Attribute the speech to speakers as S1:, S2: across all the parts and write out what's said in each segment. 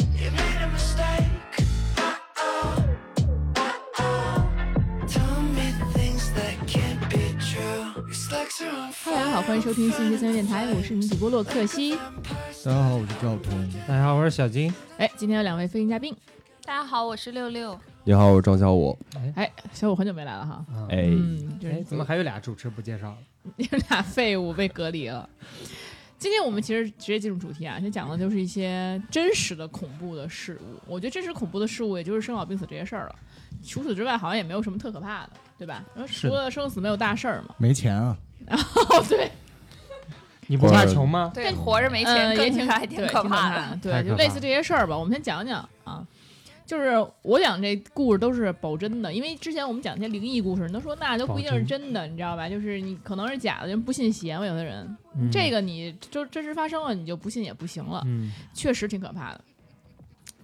S1: You made a mistake. Tell me things that can't be true. These legs are on
S2: 大家
S1: fire.
S2: 好，欢迎收听新一期三元电台，我是你们主播洛克西。
S3: 大家好，我是赵彤。
S4: 大家好，我是小金。
S2: 哎，今天有两位飞行嘉宾。
S5: 大家好，我是六六。
S6: 你好，我是张小武。
S2: 哎，小五很久没来了哈。
S6: 哎，
S2: 嗯，就是
S4: 哎，怎么还有俩主持不介绍了？
S2: 你们俩废物被隔离了。今天我们其实直接进入主题啊，先讲的就是一些真实的恐怖的事物。我觉得真实恐怖的事物也就是生老病死这些事儿了，除此之外好像也没有什么特可怕的，对吧？然后除
S4: 是的
S2: 了生死没有大事儿 嘛。
S3: 没钱啊，
S2: 哦，对，
S4: 你不怕穷吗？
S5: 对，活着没钱
S2: 呃也
S5: 更
S2: 挺
S5: 挺还
S2: 对
S5: 可怕
S2: 怕
S5: 的。。
S2: 对，
S4: 太
S2: 就
S4: 可
S2: 类
S4: 怕
S2: 似
S4: 了
S2: 这些事儿吧，我们先讲讲啊。就是我讲这故事都是保真的，因为之前我们讲一些灵异故事，你都说那就不一定是
S4: 保
S2: 真的，你知道吧？就是你可能是假的，人不信邪嘛，有的人。
S4: 嗯
S2: 这，个你就真实发生了，你就不信也不行了，
S4: 嗯，
S2: 确实挺可怕的。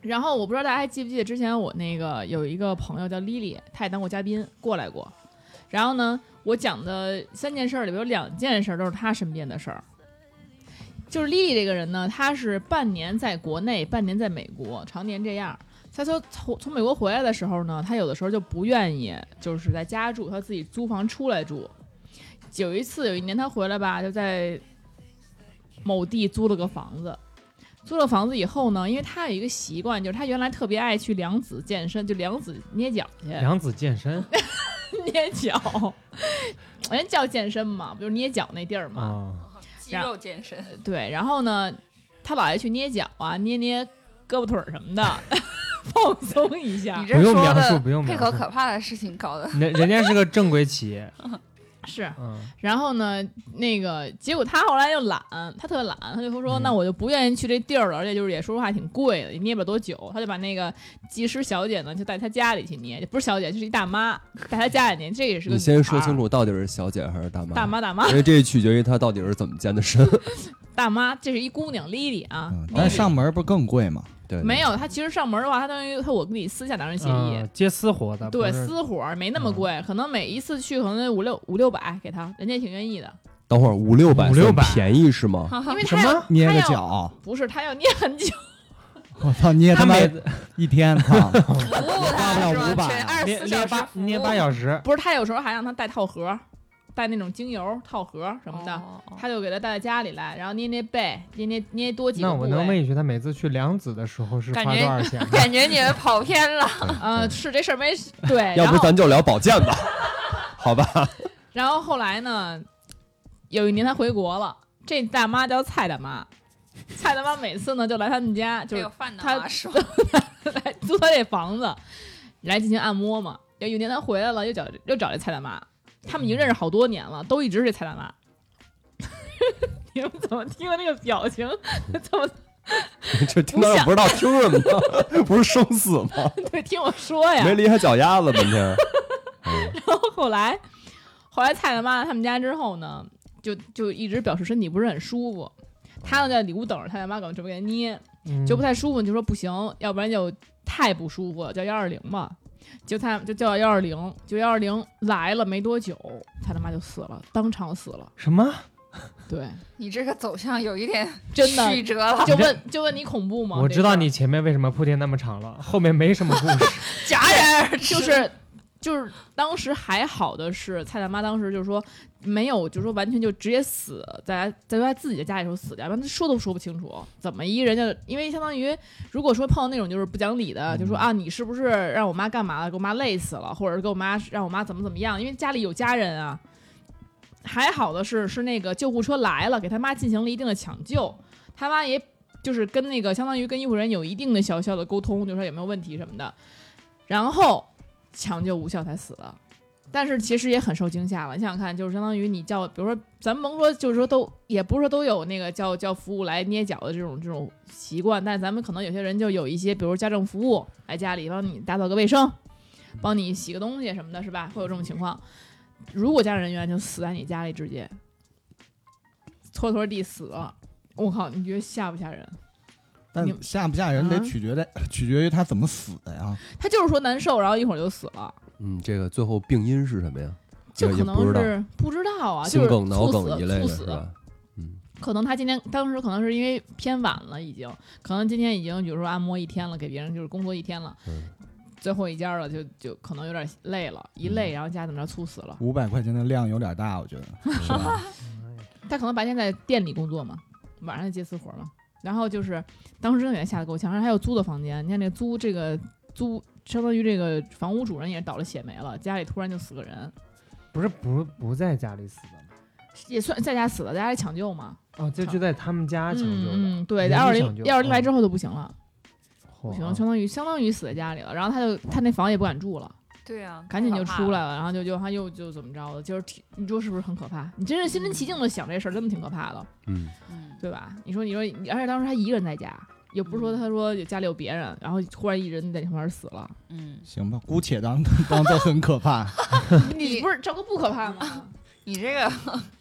S2: 然后我不知道大家还记不记得之前我那个有一个朋友叫 Lily，她也当过嘉宾过来过。然后呢，我讲的三件事儿里边有两件事儿都是她身边的事儿。就是 Lily 这个人呢，她是半年在国内，半年在美国，常年这样。她说从从美国回来的时候呢，她有的时候就不愿意就是在家住，她自己租房出来住。有一次有一年她回来吧，就在某地租了个房子。租了房子以后呢，因为她有一个习惯，就是她原来特别爱去量子健身，就量子捏脚去。
S4: 量嗯子 健身
S2: 捏脚，人叫健身嘛，不就是捏脚那地儿嘛？
S4: 啊，
S5: 肌肉健身，
S2: 对，然后呢，他老爱去捏脚啊，捏捏胳膊腿儿什么的， 放松一下
S5: 你。
S4: 不
S5: 这
S4: 用
S5: 说
S4: 描述
S5: 的
S4: 不用
S5: 配
S4: 描
S5: 合
S4: 述
S5: 可怕的事情搞的。
S4: 人人家是个正规企业，
S2: 是，
S4: 嗯，
S2: 然后呢，那个结果他后来又懒，他特懒，他就说、
S4: 嗯
S2: 那我就不愿意去这地儿了，而且就是也说实话挺贵的，也捏不了多久。他就把那个技师小姐呢，就带他家里去捏，不是小姐，就是一大妈，带他家里捏，这也是个
S6: 你先说
S2: 女孩儿
S6: 清，楚到底是小姐还是大妈？
S2: 大，妈大妈
S6: 因为这取决于她到底是怎么健的身。
S2: 大妈，这是一姑娘 Lily 啊，
S3: 嗯但上门不是更贵吗？
S6: 对，
S2: 没有，他其实上门的话，他等于他我跟你私下达成协议，
S4: 嗯接私活的，
S2: 对
S4: 不是
S2: 私活儿没那么
S4: 嗯
S2: 贵，可能每一次去可能五六五六百给他，人家也挺愿意的，
S6: 等会儿五六百，
S4: 五六百
S6: 便宜是吗？
S2: 因为
S4: 什
S2: 他要
S4: 么？
S3: 捏个
S2: 他要
S3: 脚，
S2: 不是他要捏很久，
S3: 我操，捏他妈
S4: 每次
S3: 一 天，操，
S5: 服务
S3: 大不
S5: 他
S3: 了
S5: 是吧？
S3: 五百
S5: 全二十
S4: 啊捏
S5: 四
S4: 捏
S5: 小时
S4: 八
S5: 服务
S4: 捏八小时，
S2: 不是他有时候还让他带套盒儿，带那种精油套盒儿什么的，
S5: 哦哦哦
S2: 他就给他带到家里来，然后捏捏背，捏捏捏多几
S4: 那
S2: 个部
S4: 我能问
S2: 位，
S4: 一句，他每次去量子的时候是
S5: 感
S4: 花
S5: 觉
S4: 多少钱 吗？
S5: 感觉你们跑偏了，
S2: 呃，是这事儿没 对，
S6: 要
S2: 然
S6: 不
S2: 后
S6: 咱就聊保健吧， 好吧？
S2: 然后后来呢，有一年他回国了，这大妈叫蔡大妈，蔡大妈每次呢就来他们家， 就
S5: 没
S2: 是
S5: 有饭呢
S2: 他
S5: 嘛说
S2: 来租他这房子来进行按摩嘛。有一年他回来了，又找又找这蔡大妈，他们已经认识好多年了，都一直是这蔡大妈。 你们怎么听了那个表情？怎么
S6: 这听到也不知道听什么 呢，不是生死吗？
S2: 对啊听我说呀？
S6: 没离开脚丫子，今天。
S2: 然后后来，后来蔡大妈来他们家之后呢，就就一直表示身体不是很舒服。他呢在里屋等着蔡大妈，搁那直播间捏，
S4: 嗯
S2: 就不太舒服，你就说不行，要不然就太不舒服了，叫幺二零吧。就他就叫幺二零，就幺二零来了没多久，他他妈就死了，当场死了。
S4: 什么？
S2: 对，
S5: 你这个走向有一点
S2: 真的
S5: 曲折 了，
S2: 就问就问你恐怖吗？
S4: 我
S2: 这
S4: 知道
S2: 事儿
S4: 你前面为什么铺垫那么长了，后面没什么故事。
S5: 戛然而止。
S2: 就是就是当时还好的是蔡大妈当时就说没有，就说完全就直接死在在她自己的家里时候死掉，要不然她说都说不清楚，怎么一人家因为相当于如果说碰到那种就是不讲理的，就说啊你是不是让我妈干嘛了，给我妈累死了，或者是给我妈让我妈怎么怎么样，因为家里有家人啊。还好的是是那个救护车来了，给他妈进行了一定的抢救，他妈也就是跟那个相当于跟医护人员有一定的小小的沟通，就说有没有问题什么的。然后抢救无效才死了。但是其实也很受惊吓了，你想想看，就是相当于你叫，比如说咱们甭说，就是说都也不是说都有那个叫叫服务来捏脚的这种这种习惯，但是咱们可能有些人就有一些，比如家政服务来家里帮你打扫个卫生，帮你洗个东西什么的，是吧？会有这种情况。如果家政人员就死在你家里，直接搓搓地死了，我靠，你觉得吓不吓人？
S3: 但
S2: 你
S3: 吓不吓人得
S2: 啊
S3: 取决在取决于他怎么死的呀。
S2: 他就是说难受，然后一会儿就死了，
S6: 嗯，这个最后病因是什么呀？
S2: 就
S6: 呃也
S2: 可
S6: 也不知
S2: 能
S6: 道
S2: 是不知道啊，就
S6: 心
S2: 是
S6: 梗、脑
S2: 猝死
S6: 梗一类
S2: 猝
S6: 的
S2: 死
S6: 是吧？嗯，
S2: 可能他今天当时可能是因为偏晚了，已经可能今天已经比如说按摩一天了，给别人就是工作一天了，
S6: 嗯
S2: 最后一家了就就可能有点累了，一累
S6: 嗯
S2: 然后家怎么着猝死了。
S3: 五百块钱的量有点大，我觉得 是吧？
S2: 他可能白天在店里工作嘛，晚上就接私活嘛。然后就是当时郑远吓得够呛，然后还有租的房间，你看这租这个租，相当于这个房屋主人也倒了血霉了，家里突然就死个人，
S4: 不是不不在家里死的吗？
S2: 也算在家死的，在家里抢救嘛。
S4: 哦，这
S2: 抢
S4: 就在他们家抢救的。
S2: 嗯嗯，对，
S4: 人
S2: 幺二
S4: 力抢
S2: 零
S4: 救
S2: 幺二零来
S4: 嗯
S2: 之后就不行了。
S4: 嚯
S2: 不
S4: 啊
S2: 行，相当于相当于死在家里了。然后他就他那房也不敢住了，
S5: 对啊，
S2: 赶紧
S5: 太
S2: 就
S5: 可怕
S2: 出
S5: 了。
S2: 来了。然后就就他又就怎么着的，就是挺你说是不是很可怕？你真是心临其境的想这事儿，真的挺可怕的，
S6: 嗯，
S5: 嗯，
S2: 对吧？你说你说你，而且当时他一个人在家，也不是说
S5: 嗯
S2: 他说有家里有别人，然后忽然一人在你旁边死了，
S5: 嗯，
S3: 行吧，姑且当 当做很可怕。
S2: 你
S5: 你
S2: 不是这个不可怕吗？
S5: 你这个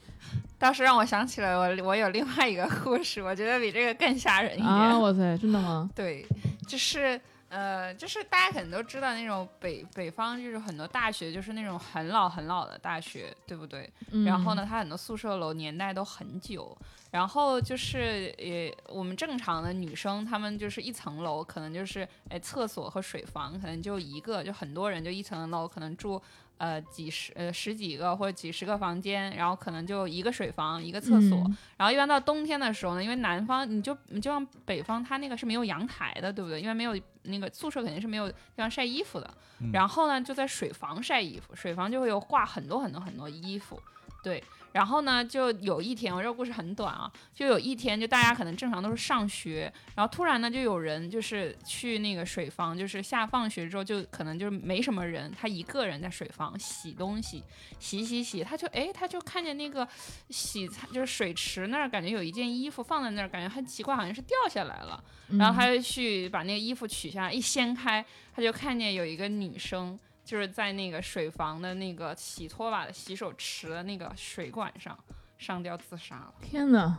S5: 倒是让我想起了我我有另外一个故事，我觉得比这个更吓人一点。
S2: 啊，哇塞，真的吗？
S5: 对，就是呃，就是大家可能都知道那种北北方，就是很多大学就是那种很老很老的大学，对不对？
S2: 嗯
S5: 然后呢，，它很多宿舍楼年代都很久。然后就是也我们正常的女生，她们就是一层楼，可能就是哎厕所和水房可能就一个，就很多人就一层楼可能住。呃，几十呃十几个或者几十个房间，然后可能就一个水房，一个厕所，
S2: 嗯
S5: 然后一般到冬天的时候呢，因为南方你就你就像北方，它那个是没有阳台的，对不对？因为没有那个宿舍肯定是没有地方晒衣服的。
S3: 嗯
S5: 然后呢，就在水房晒衣服，水房就会有挂很多很多很多衣服，对。然后呢，就有一天，我这个故事很短啊，就有一天，就大家可能正常都是上学，然后突然呢，就有人就是去那个水房，就是下放学之后，就可能就是没什么人，他一个人在水房洗东西，洗洗洗，他就哎，他就看见那个洗菜就是水池那儿，感觉有一件衣服放在那儿，感觉很奇怪，好像是掉下来了。
S2: 嗯
S5: 然后他就去把那个衣服取下来，一掀开，他就看见有一个女生，就是在那个水房的那个洗拖把的洗手池的那个水管上上吊自杀了。
S2: 天哪，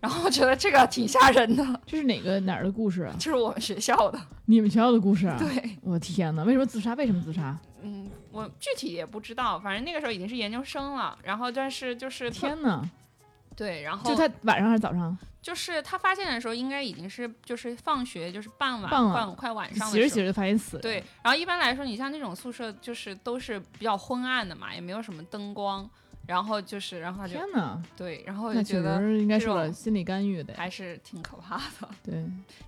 S5: 然后我觉得这个挺吓人的，
S2: 这是哪个哪儿的故事啊？
S5: 就是我们学校的。
S2: 你们学校的故事啊？
S5: 对，
S2: 我天哪，为什么自杀？为什么自杀？
S5: 嗯，我具体也不知道，反正那个时候已经是研究生了。然后但是就是特
S2: 天哪！
S5: 对，然后
S2: 就他晚上还是早上？
S5: 就是他发现的时候，应该已经是就是放学就是傍晚
S2: 傍晚
S5: 快快晚上的
S2: 洗着
S5: 时候
S2: 洗着就发现死人。
S5: 对，然后一般来说，你像那种宿舍就是都是比较昏暗的嘛，也没有什么灯光，然后就是，然后他就
S2: 天哪，
S5: 对，然后我
S2: 那
S5: 就
S2: 确
S5: 觉得
S2: 实应该
S5: 这
S2: 受了
S5: 种
S2: 心理干预的呀。
S5: 还是挺可怕的。
S2: 对，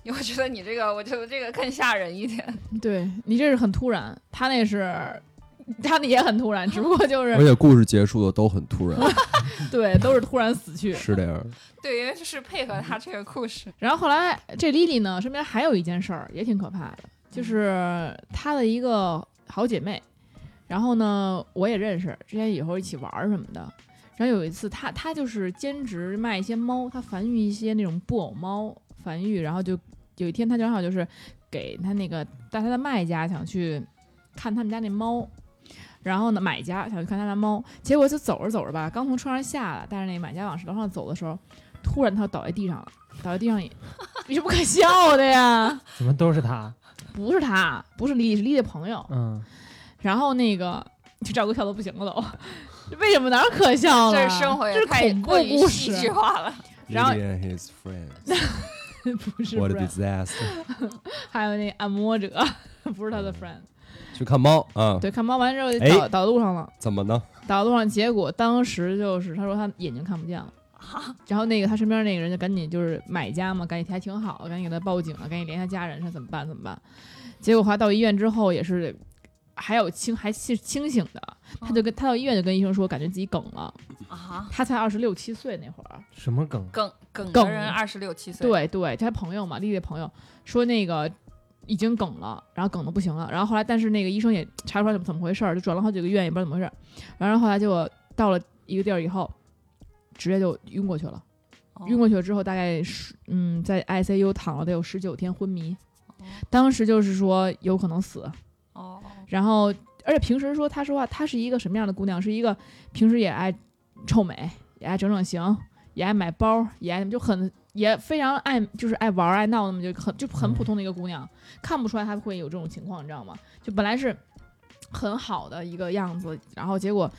S5: 因为我觉得你这个，我觉得这个更吓人一点。
S2: 对你这是很突然，他那 是。他那也很突然，只不过就
S6: 而
S2: 是
S6: 且故事结束的都很 突然，
S2: 对，都是突然死去。
S6: 是这样的。
S5: 对，因为就是配合他这个故事，
S2: 然后后来这莉莉呢，身边还有一件事儿也挺可怕的，就是她的一个好姐妹，然后呢我也认识，之前以后一起玩儿什么的。然后有一次她她就是兼职卖一些猫，她繁育一些那种布偶猫繁育，然后就有一天她正好就是给她那个带她的卖家想去看他们家那猫。然后呢，买家想去看他家猫，结果就走着走着吧，刚从车上下来，带着那买家往楼上走的时候，突然他倒在地上了，倒在地上也，你是不可笑的呀！
S4: 怎么都是他？
S2: 不是他，不是李李，是李的朋友。
S4: 嗯，
S2: 然后那个就赵哥笑的不行了都，为什么哪儿可笑了？
S5: 这生活
S2: 哦这
S5: 也
S2: 是
S5: 太
S2: 恐怖
S5: 过于
S2: 故
S5: 戏剧
S2: 事，
S5: 化了。
S2: 然后
S6: Lily and his friends,
S2: 不是
S6: what a
S2: friend
S6: disaster！
S2: 还有那按摩者， 不是他的 friend。
S6: 去看猫啊？
S2: 对，看猫完之后就
S6: 哎
S2: 倒倒路上了，
S6: 怎么呢？
S2: 倒路上，结果当时就是他说他眼睛看不见了。然后那个他身边那个人就赶紧就是买家嘛，赶紧还挺好，赶紧给他报警啊了，赶紧联系家人，说怎么办怎么办。结果后来到医院之后也是还有清还是清醒的，他就跟他到医院就跟医生说，感觉自己梗了。
S5: 啊，
S2: 他才二十六七岁那会儿，
S4: 什么梗？
S5: 梗梗
S2: 梗
S5: 的人二十六七岁，，
S2: 对对，他朋友嘛，丽丽的朋友说那个已经梗了，然后梗的不行了，然后后来但是那个医生也查不出来怎么怎么回事儿，就转了好几个院也不知道怎么回事儿，然后后来结果到了一个地儿以后，直接就晕过去了。
S5: 哦
S2: 晕过去了之后，大概是嗯，在 ICU 躺了得有十九天昏迷，当时就是说有可能死，
S5: 哦，
S2: 然后而且平时说她说话，她是一个什么样的姑娘？是一个平时也爱臭美，也爱整整形，也爱买包，也爱就很也非常爱就是爱玩儿爱闹那么就很就很普通的一个姑娘，看不出来她会有这种情况，你知道吗？就本来是。很好的一个样子，然后结果。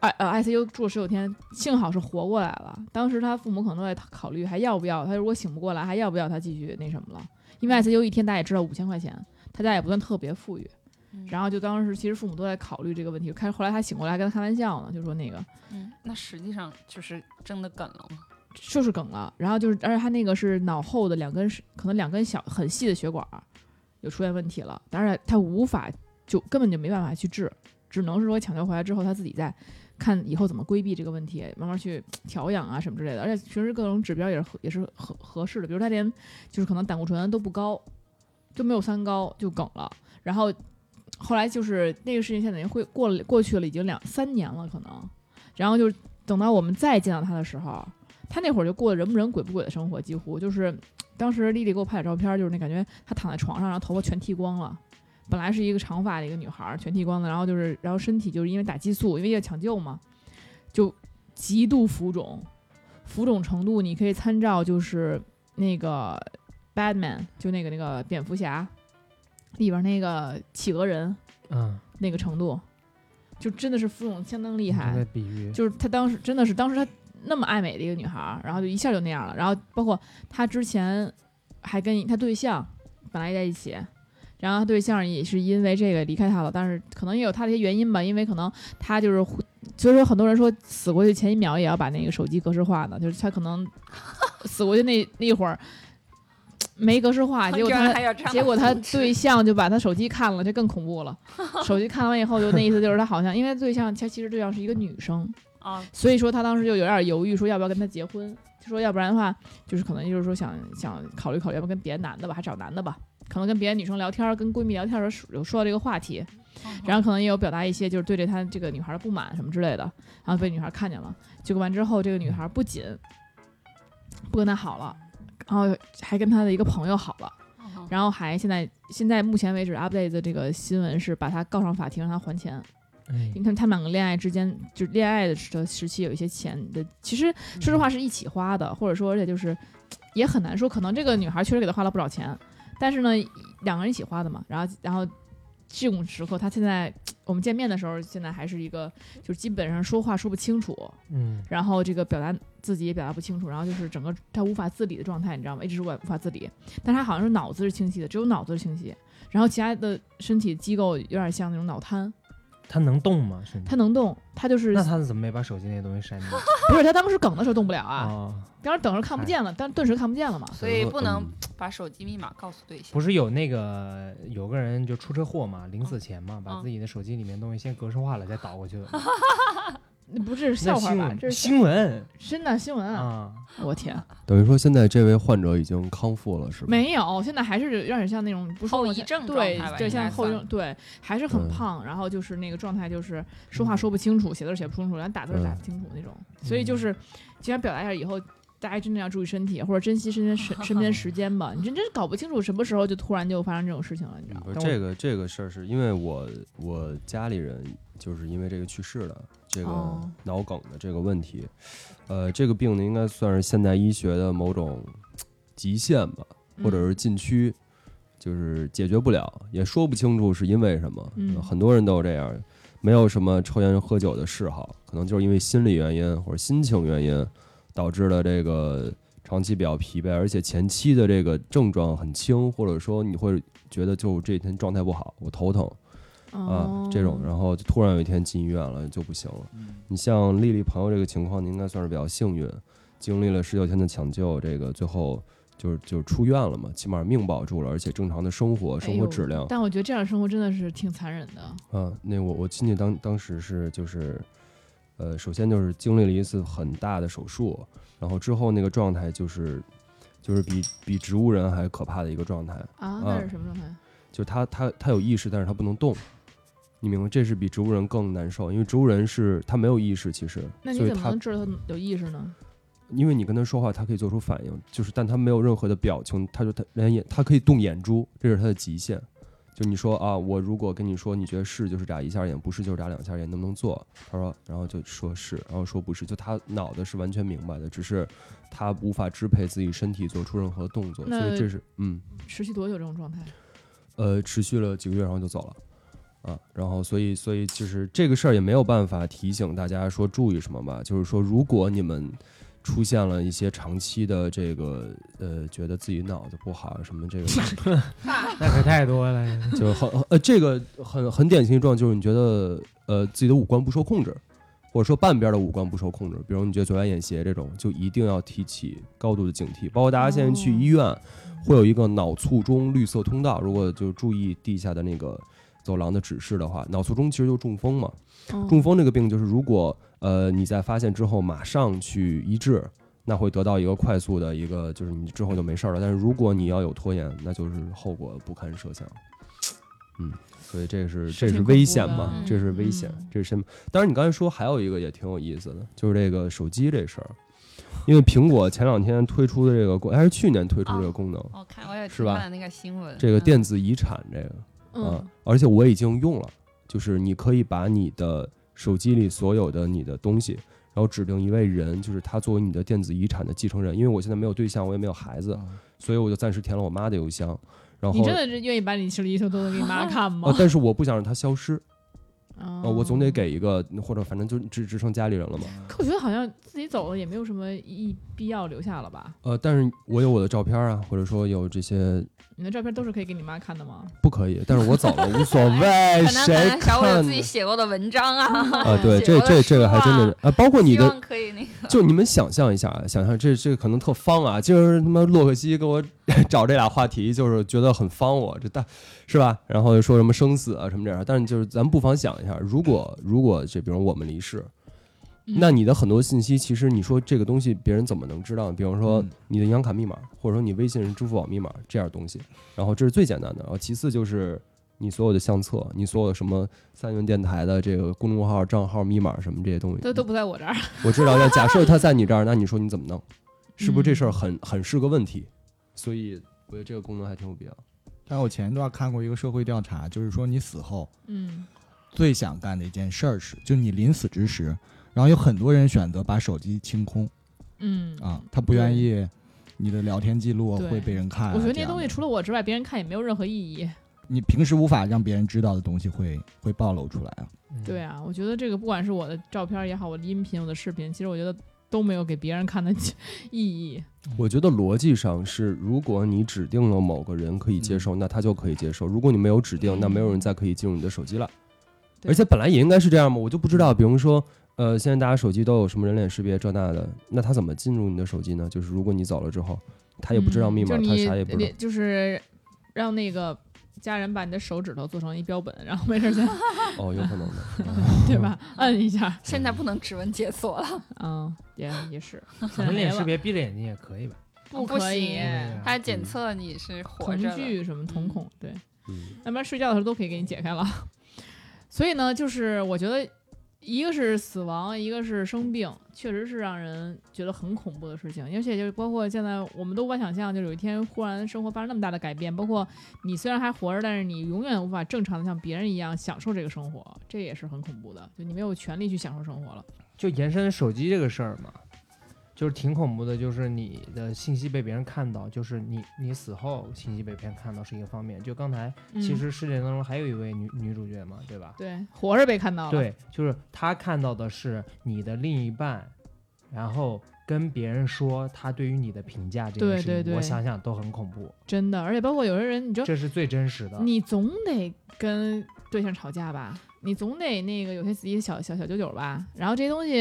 S2: I 呃 ICU 住了十九天，幸好是活过来了。当时他父母可能在考虑还要不要他，如果醒不过来还要不要他继续那什么了，因为 ICU 一天大家也知道五千块钱，他家也不算特别富裕，
S5: 嗯
S2: 然后就当时其实父母都在考虑这个问题。开后来他醒过来还跟他开玩笑呢，就说那个
S5: 嗯，那实际上就是真的梗了吗？
S2: 就是梗了，然后就是，而且他那个是脑后的两根是，可能两根小很细的血管儿有出现问题了，当然他无法就根本就没办法去治，只能是说抢救回来之后他自己再看以后怎么规避这个问题，慢慢去调养啊什么之类的。而且平时各种指标也是合也是呃合合适的，比如他连就是可能胆固醇都不高，就没有三高就梗了，然后后来就是那个事情现在已经会过了过去了，已经两三年了可能，然后就是等到我们再见到他的时候。他那会儿就过得人不人鬼不鬼的生活，几乎就是当时丽丽给我拍的照片，就是那感觉她躺在床上，然后头发全剃光了。本来是一个长发的一个女孩儿，全剃光了，然后就是，然后身体就是因为打激素，因为要抢救嘛，就极度浮肿，浮肿程度你可以参照就是那个 Batman，就那个那个蝙蝠侠里边那个企鹅人
S4: 嗯，
S2: 那个程度，就真的是浮肿相当厉害。
S4: 的比喻，
S2: 就是她当时真的是当时她那么爱美的一个女孩儿，然后就一下就那样了。然后包括她之前还跟她对象本来在一起，然后她对象也是因为这个离开她了，但是可能也有她的一些原因吧，因为可能她就是会。所以说，很多人说死过去前一秒也要把那个手机格式化呢，就是她可能死过去那那会儿没格式 化，啊结果
S5: 原来
S2: 她
S5: 还有这样的
S2: 结果他
S5: 故事
S2: 对象就把他手机看了，这更恐怖了。手机看完以后，就那意思就是他好像，因为对象他其实对象是一个女生，
S5: 啊，
S2: 所以说他当时就有点犹豫，说要不要跟他结婚，就说要不然的话，就是可能就是说想想考虑考虑，要不跟别的男的吧，还找男的吧。可能跟别的女生聊天，跟闺蜜聊天的时候有说到这个话题，
S5: 嗯
S2: 然后可能也有表达一些就是对这他这个女孩的不满什么之类的，然后被女孩看见了。结果完之后，这个女孩不仅不跟他好了，然后还跟他的一个朋友好了。
S5: 后
S2: 然后还现在现在目前为止 update 的这个新闻是把他告上法庭，让他还钱。
S4: 哎
S2: 你看他们两个恋爱之间，就恋爱的时时期有一些钱的，其实说实话是一起花的，或者说而且就是也很难说，可能这个女孩确实给他花了不少钱，但是呢，两个人一起花的嘛，然后然后。这种时刻，他现在我们见面的时候，现在还是一个，就是基本上说话说不清楚，
S4: 嗯，
S2: 然后这个表达自己也表达不清楚，然后就是整个他无法自理的状态，你知道吗？一直是无法无法自理，但他好像是脑子是清晰的，只有脑子是清晰，然后其他的身体机构有点像那种脑瘫，
S4: 他能动吗？是你
S2: 他能动，他就是
S4: 那他怎么没把手机那东西删掉
S2: 不是他当时梗的时候动不了 啊，
S4: 啊？
S2: 当时等着看不
S6: 哎
S2: 见了，当顿时看不见了嘛。
S5: 所以不能
S6: 嗯
S5: 把手机密码告诉对象。
S4: 不是有那个有个人就出车祸嘛，临死前嘛，把
S5: 嗯
S4: 自己的手机里面东西先格式化了，再倒 过去的。
S2: 那不是
S4: 那
S2: 笑话
S4: 新
S2: 吧？这是
S4: 闻新闻
S2: 真的新闻啊！
S4: 啊，
S2: 我天，
S6: 等于说现在这位患者已经康复了，是吧？
S2: 没有，现在还是有点像那种不说
S5: 后
S2: 了
S5: 遗症
S2: 对
S5: 状态吧，
S2: 对，
S5: 应
S2: 像
S5: 该
S2: 后遗症，
S5: 算
S2: 对，还是很
S6: 嗯
S2: 胖，然后就是那个状态，就是说话说不清楚，写字儿写不清楚，连打字儿打不清楚那种。所
S6: 嗯
S2: 以就是，既然表达一下以后。大家真的要注意身体，或者珍惜身边 身身边时间吧。你真真搞不清楚什么时候就突然就发生这种事情了，你知道吗？
S6: 不是
S4: 但我
S6: 这个这个事儿，是因为我我家里人就是因为这个去世的，这个
S2: 哦
S6: 脑梗的这个问题，呃，这个病呢应该算是现代医学的某种极限吧，
S2: 嗯
S6: 或者是禁区，就是解决不了，也说不清楚是因为什么。
S2: 嗯
S6: 很多人都是这样，没有什么抽烟喝酒的嗜好，可能就是因为心理原因或者心情原因导致了这个长期比较疲惫，而且前期的这个症状很轻，或者说你会觉得就这天状态不好，我头疼
S2: 嗯
S6: 啊、
S2: 哦嗯
S6: 这种，然后就突然有一天进医院了就不行了。你像丽丽朋友这个情况，你应该算是比较幸运，经历了十九天的抢救，这个最后就是就是出院了嘛，起码命保住了，而且正常的生活生活质量
S2: 哎呦。但我觉得这样的生活真的是挺残忍的。
S6: 啊，那我我亲戚当当时是就是，呃，首先就是经历了一次很大的手术，然后之后那个状态就是，就是比比植物人还可怕的一个状态，
S2: 啊，
S6: 啊
S2: 那是什么状态？
S6: 就是他他他有意识，但是他不能动。你明白，这是比植物人更难受，因为植物人是他没有意识，其实，
S2: 那
S6: 所
S2: 你
S6: 以
S2: 怎么
S6: 他
S2: 能知道他有意识呢？
S6: 因为你跟他说话，他可以做出反应，就是但他没有任何的表情，他就他连眼他可以动眼珠，这是他的极限。就你说啊，我如果跟你说你觉得是就是眨一下眼，不是就是眨两下眼，能不能做？他说，然后就说是，然后说不是，就他脑子是完全明白的，只是他无法支配自己身体做出任何动作，所
S2: 那
S6: 以这是嗯
S2: 持续多久这种状态？
S6: 呃持续了几个月，然后就走了。啊，然后所以所以就是这个事儿也没有办法提醒大家说注意什么吧，就是说如果你们出现了一些长期的这个呃，觉得自己脑子不好啊什么这个，
S4: 那可太 多了。
S6: 就是很呃这个很很典型一状就是你觉得呃自己的五官不受控制，或者说半边的五官不受控制，比如你觉得左眼眼斜这种，就一定要提起高度的警惕。包括大家现在去医院，会有一个脑卒中绿色通道，如果就注意地下的那个走廊的指示的话，脑卒中其实就是中风嘛。
S2: 嗯
S6: 中风这个病就是如果呃你在发现之后马上去医治。那会得到一个快速的一个，就是你之后就没事儿了。但是如果你要有拖延，那就是后果不堪设想。嗯，所以这是
S2: 是
S6: 这
S2: 挺
S6: 是
S2: 恐
S6: 危
S2: 怖
S6: 险
S2: 的
S6: 嘛？
S5: 嗯
S6: 这是危险，
S5: 嗯
S6: 这是什么？当然，你刚才说还有一个也挺有意思的，就是这个手机这事儿，因为苹果前两天推出的这个功，还是去年推出这个功能，
S5: 我哦看我也
S6: 嗯是吧
S5: 看了那个新闻，
S6: 这个
S5: 嗯
S6: 电子遗产这个，啊
S2: 嗯，
S6: 而且我已经用了，就是你可以把你的手机里所有的你的东西，然后指定一位人，就是他作为你的电子遗产的继承人。因为我现在没有 对象，我也没有孩子，所以我就暂时填了我妈的邮箱。然后
S2: 你真的是愿意把你手机偷偷的给你妈看
S6: 啊
S2: 吗？，
S6: 但是我不想让它消失，
S2: 啊
S6: 呃，我总得。给一个，或者反正就只只剩家里人了嘛。
S2: 可我觉得好像自己走了也没有什么意必要留下了吧？
S6: 呃，但是我有我的照片啊，或者说有这些
S2: 你的照片都是可以给你妈看的吗？
S6: 不可以，但是我走了无 所谓，
S5: 可能可
S6: 谁
S5: 能小
S6: 看
S5: 伟有
S6: 呢
S5: 自己写过的文章 啊，
S6: 啊？对，
S5: 写
S6: 这
S5: 过的
S6: 这这个还
S5: 书
S6: 真的
S5: 啊
S6: 是啊，包括你
S5: 希
S6: 的嗯
S5: 望可以那个
S6: 就你们想象一下啊，想象这这个可能特方啊，就是他妈洛克希给我 找这俩话题，就是觉得很方我，这大是吧？然后又说什么生死啊什么这样，但是就是咱们不妨想一下，如果如果这比如我们离世，
S2: 嗯
S6: 那你的很多信息，其实你说这个东西别人怎么能知道呢？比方说
S3: 嗯
S6: 你的银行卡密码，或者说你微信、支付宝密码这样东西，然后这是最简单的，然后其次就是。你所有的相册，你所有的什么三元电台的这个公众号账号密码什么这些东西，
S2: 都都不在我这儿。
S6: 我知道，但假设他在你这儿，那你说你怎么弄？是不
S2: 嗯
S6: 是这事儿很很是个问题？所以我觉得这个功能还挺有必要。
S3: 但我前一段看过一个社会调查，就是说你死后
S2: 嗯，
S3: 最想干的一件事儿是，就你临死之时，然后有很多人选择把手机清空
S2: 嗯
S3: 啊，他不愿意你的聊天记录
S2: 对
S3: 会被人看啊、
S2: 我觉得那
S3: 这
S2: 些
S3: 样的
S2: 东西除了我之外，别人看也没有任何意义。
S3: 你平时无法让别人知道的东西会会暴露出来啊。
S4: 嗯
S2: 对，啊，我觉得这个不管是我的照片也好，我的音频、我的视频，其实我觉得都没有给别人看的 意义。
S6: 我觉得逻辑上是，如果你指定了某个人可以
S2: 嗯
S6: 接受，那他就可以接受；如果你没有指定，那没有人再可以进入你的手机了。
S2: 对
S6: 而且本来也应该是这样嘛，我就不知道，比如说。呃，现在大家手机都有什么人脸识别这那的，那他怎么进入你的手机呢？就是如果你走了之后，他也不知道
S2: 嗯
S6: 密码，
S2: 就
S6: 他
S2: 你
S6: 啥也不知道
S2: 得。就是让那个家人把你的手指头做成一标本，然后没事儿 再
S6: 哦，有 可能的。
S2: 对吧？摁一下，
S5: 现在不能指纹解锁了，
S2: 嗯，也也是，现在
S4: 人
S2: 没
S4: 脸
S2: 了
S4: 识别闭着眼睛也可以吧？啊
S2: 不
S5: 不
S2: 可以
S6: 嗯
S5: 行。它检测你是活
S2: 恐
S5: 着的。
S2: 惧什么瞳孔，对，
S6: 嗯，
S2: 那边睡觉的时候都可以给你解开了。 所以呢，就是我觉得，一个是死亡，一个是生病，确实是让人觉得很恐怖的事情。而且就是包括现在，我们都无法想象，就是有一天忽然生活发生那么大的改变。包括你虽然还活着，但是你永远无法正常的像别人一样享受这个生活，这也是很恐怖的。就你没有权利去享受生活了。
S4: 就延伸手机这个事儿嘛，就是挺恐怖的，就是你的信息被别人看到，就是你你死后信息被别人看到是一个方面。就刚才其实事件当中还有一位女女主角嘛，对吧？
S2: 嗯对，活着被看到了。，
S4: 对，就是她看到的是你的另一半，然后跟别人说他对于你的评价这
S2: 对
S4: 件事情，
S2: 对对
S4: 我想想都很恐怖，
S2: 真的。而且包括有些人，你知道。
S4: 这是最真实的。
S2: 你总得跟对象吵架吧，你总得那个有些自己小小小九九吧，然后这些东西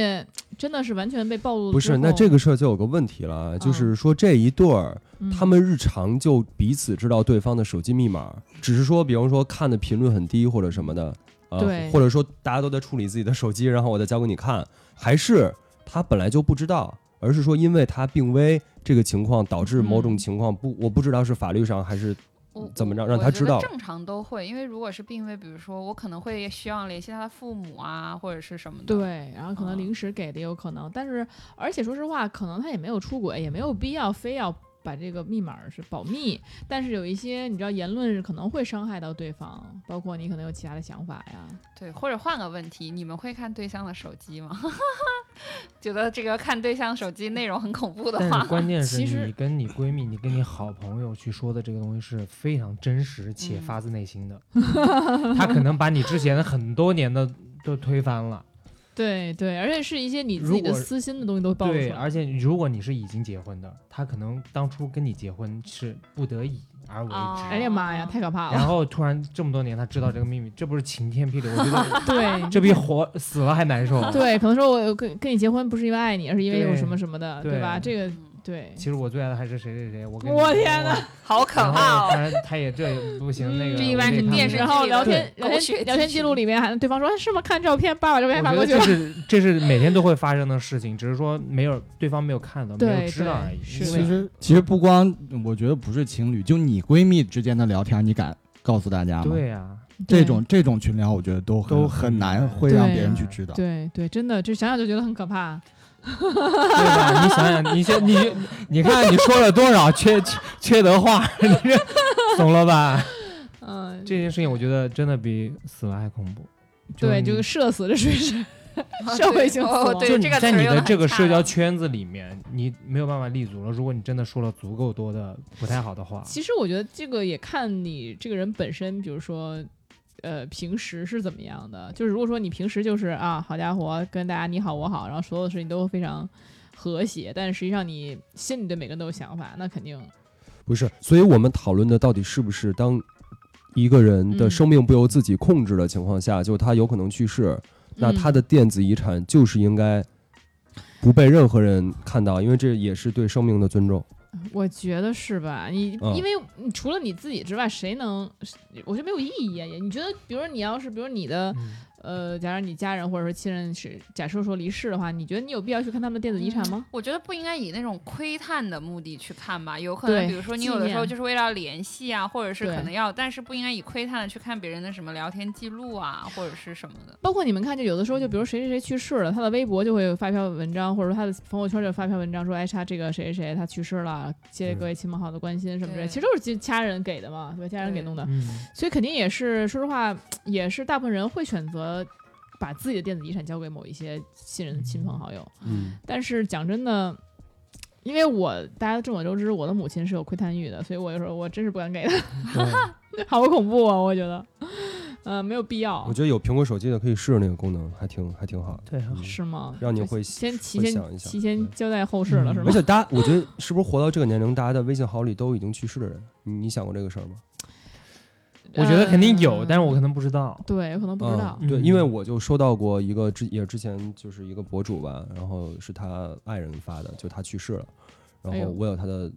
S2: 真的是完全被暴露之后。
S6: 不是，那这个事儿就有个问题了啊，就是说这一对儿，
S2: 嗯
S6: 他们日常就彼此知道对方的手机密码，只是说，比方说看的频率很低或者什么的，呃
S2: 对，
S6: 或者说大家都在处理自己的手机，然后我再交给你看，还是他本来就不知道，而是说因为他病危这个情况导致某种
S2: 嗯
S6: 情况不，我不知道是法律上还是
S5: 我
S6: 嗯怎么着
S5: 我
S6: 让
S5: 我
S6: 他
S5: 觉
S6: 知
S5: 得
S6: 道
S5: 正常都会，因为如果是病危，比如说我可能会需要联系他的父母啊，或者是什么的。，
S2: 对，然后可能
S5: 啊
S2: 临时给的也有可能，但是而且说实话，可能他也没有出轨，也没有必要非要。把这个密码是保密，但是有一些你知道言论是可能会伤害到对方，包括你可能有其他的想法呀。
S5: 对，或者换个问题，你们会看对象的手机吗？ 觉得这个看对象手机内容很恐怖的
S4: 但
S5: 话
S4: 是，关 键
S2: 其
S4: 是
S2: 实
S4: 你跟你闺蜜、你跟你好朋友去说的这个东西是非常真实且
S5: 嗯
S4: 发自内心的， 他可能把你之前的很多年的都推翻了。
S2: 对对，而且是一些你自己的
S4: 如果
S2: 私心的东西都暴露
S4: 对，
S2: 出来。
S4: 而且如果你是已经结婚的，他可能当初跟你结婚是不得已而为之。
S5: 哦
S2: 哎呀妈
S6: 啊
S2: 呀，太可怕
S4: 然
S2: 了！
S4: 后突然这么多年，他知道这个秘密，这不是晴天霹雳？我觉得
S2: 对
S4: 这比活死了还难受。
S2: 对，可能说我跟跟你结婚不是因为爱你，而是因为有
S4: 对
S2: 什么什么的，对
S4: 对
S2: 吧？这个
S5: 嗯
S2: 对
S4: 其实我最爱的还是谁谁谁，我跟
S2: 我
S4: 你
S2: 天哪嗯
S4: 哪，
S5: 好可怕
S4: 然后
S5: 哦！
S4: 他他也这不行，那个
S5: 这一
S4: 我
S5: 般
S4: 得
S5: 是
S4: 看
S5: 电视
S4: 看
S2: 然后
S5: 剧里
S2: 聊
S5: 的
S2: 天聊
S5: 狗血
S2: 天聊天记
S5: 剧情
S2: 录里面还对方说哎是吗？看照片，爸把照片发
S4: 我
S2: 过去
S4: 觉得
S2: 吧
S4: 这。是这是每天都会发生的事情，只是说没有对方没有看到，没
S2: 对
S4: 有知道
S2: 对
S4: 而已。
S2: 是
S4: 因
S2: 的
S4: 为
S3: 其实其实不光我觉得不是情侣，就你闺蜜之间的聊天，你敢告诉大家吗？
S4: 对呀，
S3: 这种这种群聊，我觉得都很
S4: 都
S3: 很
S4: 很
S3: 难
S4: 难
S3: 会让
S2: 对
S3: 别人去知道。
S2: 对对，真的，就想想就觉得很可怕。
S4: 对吧？你想想，你先你你看你说了多少缺缺缺德话， 你这怂了吧？
S2: 嗯，
S4: 这件事情我觉得真的比死了还恐怖。
S2: 对，
S4: 嗯
S2: 就是是社死，这属于是
S5: 哦
S2: 社会
S5: 对
S2: 性死
S5: 哦
S2: 亡。
S5: 对
S4: 就你
S5: 这个
S4: 在
S5: 词儿
S4: 你
S5: 用
S4: 的
S5: 得
S4: 这
S5: 很
S4: 个
S5: 恰
S4: 社交
S5: 当
S4: 圈子里面，你没有办法立足了。如果你真的说了足够多的不太好的话，
S2: 其实我觉得这个也看你这个人本身，比如说。呃，平时是怎么样的？就是如果说你平时就是啊，好家伙，跟大家你好我好，然后所有事情都非常和谐，但是实际上你心里对每个人都有想法，那肯定
S6: 不是，所以我们讨论的到底是不是当一个人的
S2: 嗯
S6: 生命不由自己控制的情况下，就他有可能去世，那
S2: 嗯
S6: 他的电子遗产就是应该不被任何人看到，因为这也是对生命的尊重。
S2: 嗯我觉得是吧？你、
S6: 嗯
S2: 因为你除了你自己之外，谁能？我觉得没有意义啊！也你觉得，比如说你要是，比如你的
S4: 嗯
S2: 呃，假如你家人或者说亲人是假设说离世的话，你觉得你有必要去看他们的电子遗产吗？
S5: 我觉得不应该以那种窥探的目的去看吧，有可能
S2: 对
S5: 比如说你
S2: 纪
S5: 有的时候
S2: 念
S5: 就是为了联系啊，或者是可
S2: 对
S5: 能要，但是不应该以窥探的去看别人的什么聊天记录啊，或者是什么的。
S2: 包括你们看，就有的时候，就比如谁谁谁去世了，他的微博就会发一篇文章，或者说他的朋友圈就发一篇文章说，哎，他这个谁谁谁他去世了，谢谢各位亲朋好友的关心什么之类，
S5: 对
S2: 其实都是家人给的嘛，对吧？家人给弄的，
S4: 嗯，
S2: 所以肯定也是，说实话，也是大部分人会选择把自己的电子遗产交给某一些信任的亲朋好友。
S6: 嗯，
S2: 但是讲真的，因为我大家众所周知，我的母亲是有窥探欲的，所以我就说我真是不敢给她，
S4: 对
S2: 好恐怖啊！我觉得，呃，没有必要
S6: 我，觉得有苹果手机的可以试试那个功能，还挺还挺好的。
S4: 对，很好
S6: 嗯
S2: 是吗？
S6: 让你
S2: 就
S6: 会
S2: 先提
S6: 会
S2: 前
S6: 想一想
S2: 提前
S6: 对
S2: 交代后事了，
S4: 嗯
S2: 是吗
S6: 而？且大家，我觉得是不是活到这个年龄，大家的微信好友里都已经去世的人，你你想过这个事儿吗？
S4: 我觉得肯定有，
S5: 嗯
S2: 呃
S4: 但是我可能不知道。
S2: 对，有可能不知道。
S6: 嗯。对，因为
S4: 嗯
S6: 我就收到过一个之也是之前就是一个博主吧，然后是他爱人发的，就他去世了，然
S2: 哎呦
S6: 后我有他的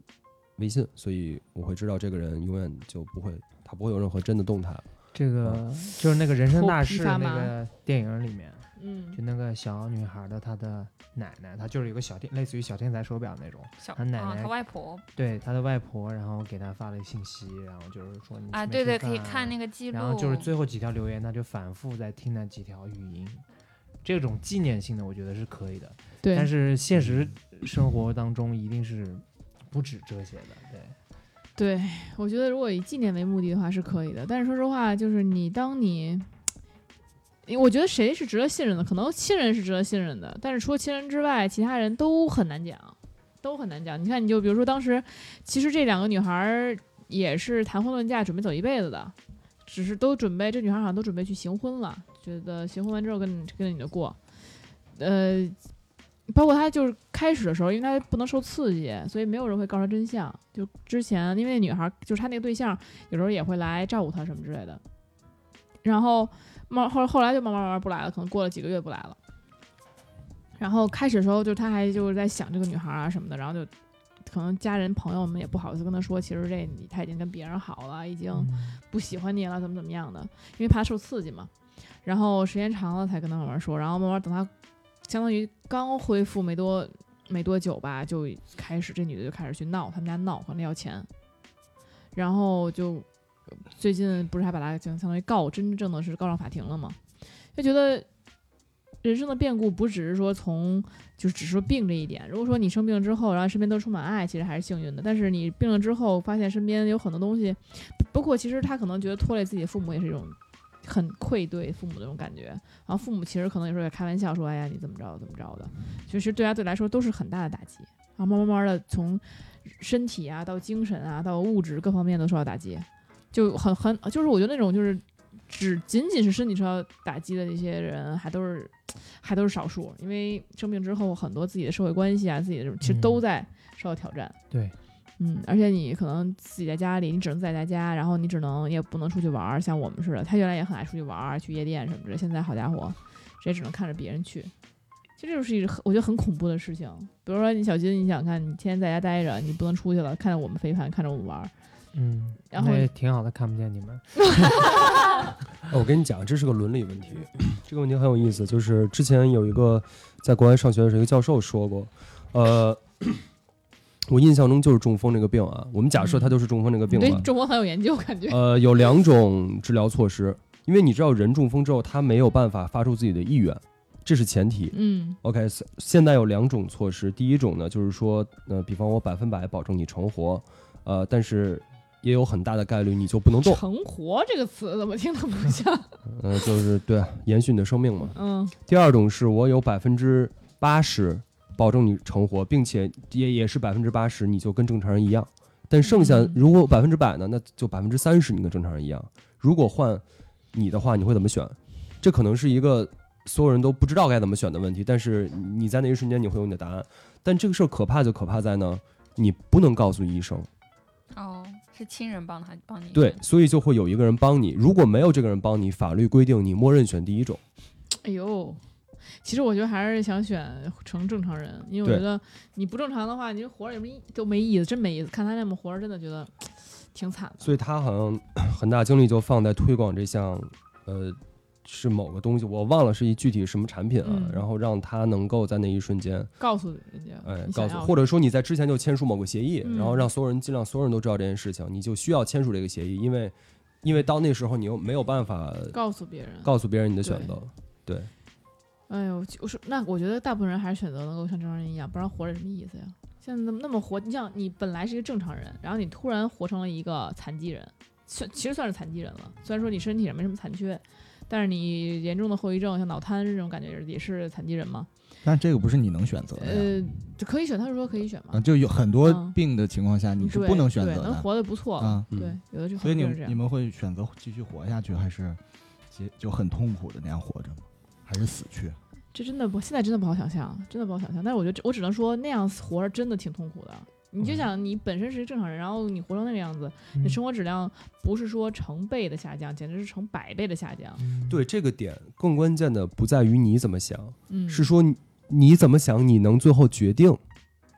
S6: 微信，所以我会知道这个人永远就不会，他不会有任何真的动态。
S4: 这个就是那个人生大
S2: 头
S4: 事
S2: 皮发
S4: 那
S2: 麻
S4: 个电影里面，
S2: 嗯
S4: 就那个小女孩的她的奶奶，她就是有个小天，类似于小天才手表那种。
S5: 小
S4: 他奶
S5: 啊，
S4: 奶
S5: 他外婆
S4: 对，她的外婆，然后给她发了信息，然后就是说你
S5: 啊，对对，可以看那
S4: 个。
S5: 个记录。
S4: 然后就是最后几条留言，她就反复在听那几条语音。这种纪念性的，我觉得是可以的，
S2: 对，
S4: 但是现实生活当中一定是不止这些的。对，
S2: 对，我觉得如果以纪念为目的的话是可以的，但是说实话，就是你当你，因为我觉得谁是值得信任的，可能亲人是值得信任的，但是除了亲人之外，其他人都很难讲，都很难讲。你看，你就比如说当时，其实这两个女孩儿也是谈婚论嫁，准备走一辈子的，只是都准备，这女孩儿好像都准备去行婚了，觉得行婚完之后跟你跟你的过，呃。包括她就是开始的时候，因为她不能受刺激，所以没有人会告诉她真相。就之前，因为女孩就是她那个对象，有时候也会来照顾她什么之类的。然后慢后后来就慢慢慢慢不来了，可能过了几个月不来了。然后开始的时候，就她还就是在想这个女孩啊什么的，然后就可能家人朋友们也不好意思跟她说，其实这她已经跟别人好了，已经不喜欢你了，怎么怎么样的，因为怕受刺激嘛。然后时间长了才跟他慢慢说，然后慢慢等他，相当于刚恢复没多没多久吧，就开始这女的就开始去闹，他们家闹，管他要钱，然后就最近不是还把他相相当于告，真正的是告上法庭了嘛，就觉得。人生的变故不只是说从就是只是说病这一点。如果说你生病之后，然后身边都充满爱，其实还是幸运的。但是你病了之后，发现身边有很多东西，包括其实他可能觉得拖累自己的父母也是一种很愧对父母的那种感觉。然后父母其实可能有时候也开玩笑说：“哎呀，你怎么着怎么着的。”其实对他对来说都是很大的打击。然后慢慢慢的从身体啊到精神啊到物质各方面都受到打击，就很很就是我觉得那种就是只仅仅是身体受到打击的那些人还都是还都是少数，因为生病之后很多自己的社会关系啊自己的这种其实都
S4: 嗯
S2: 在受到挑战。
S4: 对，
S2: 嗯，而且你可能自己在家里，你只能自己在家，然后你只能也不能出去玩儿，像我们似的。他原来也很爱出去玩儿，去夜店什么的，现在好家伙，这也只能看着别人去。其实这就是一个很我觉得很恐怖的事情。比如说你小金，你想看，你天天在家待着，你不能出去了，看着我们飞盘，看着我们玩儿，
S4: 嗯，
S2: 然后
S4: 那也挺好的，看不见你们。
S6: 哎，我跟你讲，这是个伦理问题，这个问题很有意思。就是之前有一个在国外上学的时候，一个教授说过，呃， 我印象中就是中风这个病啊，我们假设他就是中风这个
S2: 你
S6: 病
S2: 嗯对
S6: 吧。
S2: 中国很有研究，感觉。
S6: 呃，有两种治疗措施，因为你知道人中风之后，他没有办法发出自己的意愿，这是前提。
S2: 嗯
S6: OK，现现在有两种措施，第一种呢就是说，呃，比方我百分百保证你成活，呃，但是也有很大的概率你就不能动，
S2: 成活这个词怎么听都不 像。
S6: 呃，就是对延续你的生命嘛。
S2: 嗯
S6: 第二种是我有百分之八十保证你成活，并且也也是百分之八十，你就跟正常人一样。但剩下
S2: 嗯
S6: 如果百分之百呢，那就百分之三十你跟正常人一样。如果换你的话，你会怎么选？这可能是一个所有人都不知道该怎么选的问题，但是你在那一瞬间你会有你的答案。但这个事儿可怕就可怕在呢，你不能告诉医生，
S5: 哦，是亲人帮他帮你
S6: 对，所以就会有一个人帮你。如果没有这个人帮你，法律规定你默认选第一种。
S2: 哎呦，其实我觉得还是想选成正常人，因为我
S6: 对
S2: 觉得你不正常的话，你就活着有什么意都没意思，真没意思。看他那么活着，真的觉得挺惨的。
S6: 所以他好像 很大精力就放在推广这项，呃，是某个东西，我忘了是一具体什么产品啊，
S2: 嗯
S6: 然后让他能够在那一瞬间，
S2: 告诉人家，
S6: 哎
S2: 你，想
S6: 告诉，
S2: 要
S6: 或者说你在之前就签署某个协议，
S2: 嗯
S6: 然后让所有人尽量所有人都知道这件事情，你就需要签署这个协议，因为，因为到那时候你又没有办法
S2: 告诉别人。
S6: 告诉别人你的选择，对，
S2: 哎呦，我说那我觉得大部分人还是选择能够像正常人一样，不然活着有什么意思呀？现在那么那么活，你想你本来是一个正常人，然后你突然活成了一个残疾人，算其实算是残疾人了。虽然说你身体上没什么残缺，但是你严重的后遗症，像脑瘫这种感觉也是也是残疾人嘛。
S3: 但这个不是你能选择的呀。
S2: 呃，就可以选，他是说可以选
S3: 啊，
S2: 吗？
S3: 就有很多
S2: 嗯
S3: 病的情况下，你是
S2: 对
S3: 不能选
S2: 对
S3: 择
S2: 能
S3: 的。
S2: 活得不错
S3: 啊
S6: 嗯
S2: 对，有的就
S3: 所以
S2: 很
S3: 你
S2: 多人这
S3: 你
S2: 样。
S3: 们会选择继续活下去，还是结就很痛苦的那样活着吗？还是死去？
S2: 这真的不，现在真的不好想象，真的不好想象。但是我觉得这，我只能说那样活着真的挺痛苦的。你就
S4: 嗯
S2: 想你本身是一个正常人，然后你活成那个样子，你
S4: 嗯
S2: 的生活质量不是说成倍的下降，简直是成百倍的下降。
S4: 嗯
S6: 对这个点更关键的不在于你怎么想，
S2: 嗯，
S6: 是说你你怎么想，你能最后决定。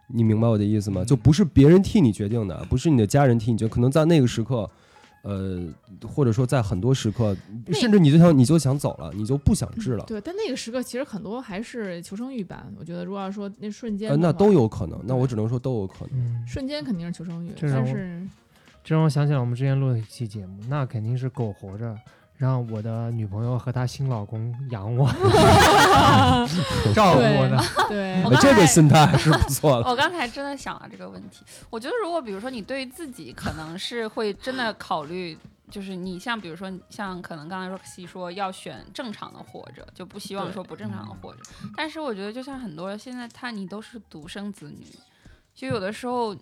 S6: 你明白我的意思吗？
S4: 嗯
S6: 就不是别人替你决定的，不是你的家人替你决定，可能在那个时刻，呃，或者说在很多时刻，
S2: 那
S6: 甚至你就想你就想走了，你就不想治了，
S2: 对，但那个时刻其实很多还是求生欲吧。我觉得，如果要说那瞬间
S6: 呃，
S2: 的
S6: 那
S2: 话
S6: 都有可能。那我
S2: 对
S6: 只能说都有可能。
S4: 嗯，
S2: 瞬间肯定是求生欲，
S4: 这让
S2: 但
S4: 我
S2: 是
S4: 这让我想起来我们之前录的一期节目，那肯定是狗活着。让我的女朋友和她新老公 养我， 照顾我呢。
S2: 对
S5: 我
S6: 哎
S5: 刚
S6: 这
S5: 才
S6: 个心态还是不 错的。
S5: 我刚才真的想了这个问题，我觉得如果比如说你对于自己可能是会真的考虑，就是你像比如说像可能刚才 Roxy 说要选正常的活着，就不希望
S2: 对
S5: 说不正常的活着。但是我觉得就像很多现在他你都是独生子女，就有的时候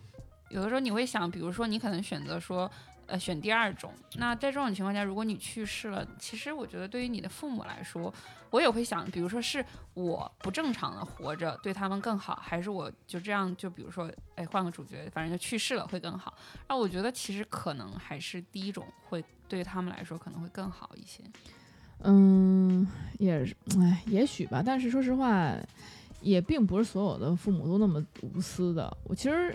S5: 有的时候你会想，比如说你可能选择说。呃，选第二种。那在这种情况下，如果你去世了，其实我觉得对于你的父母来说，我也会想，比如说是我不正常的活着对他们更好，还是我就这样就比如说，哎，换个主角，反正就去世了会更好。那我觉得其实可能还是第一种会对他们来说可能会更好一些。
S2: 嗯，也是，哎，也许吧。但是说实话，也并不是所有的父母都那么无私的。我其实。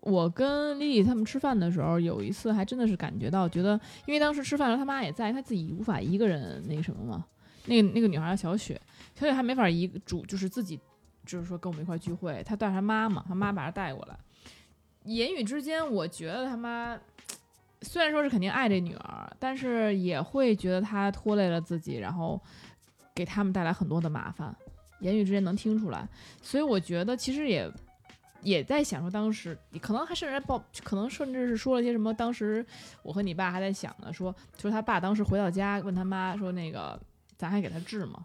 S2: 我跟丽丽他们吃饭的时候，有一次还真的是感觉到，觉得因为当时吃饭的时候他妈也在，她自己无法一个人那个什么嘛，那个那个女孩叫小雪，小雪还没法一个主，就是自己就是说跟我们一块聚会，她带着她妈嘛，她妈把她带过来，言语之间我觉得他妈虽然说是肯定爱这女儿，但是也会觉得她拖累了自己，然后给他们带来很多的麻烦，言语之间能听出来。所以我觉得其实也也在想说，当时可能还甚至报，可能甚至是说了些什么。当时我和你爸还在想呢，说说他爸当时回到家问他妈说那个咱还给他治吗？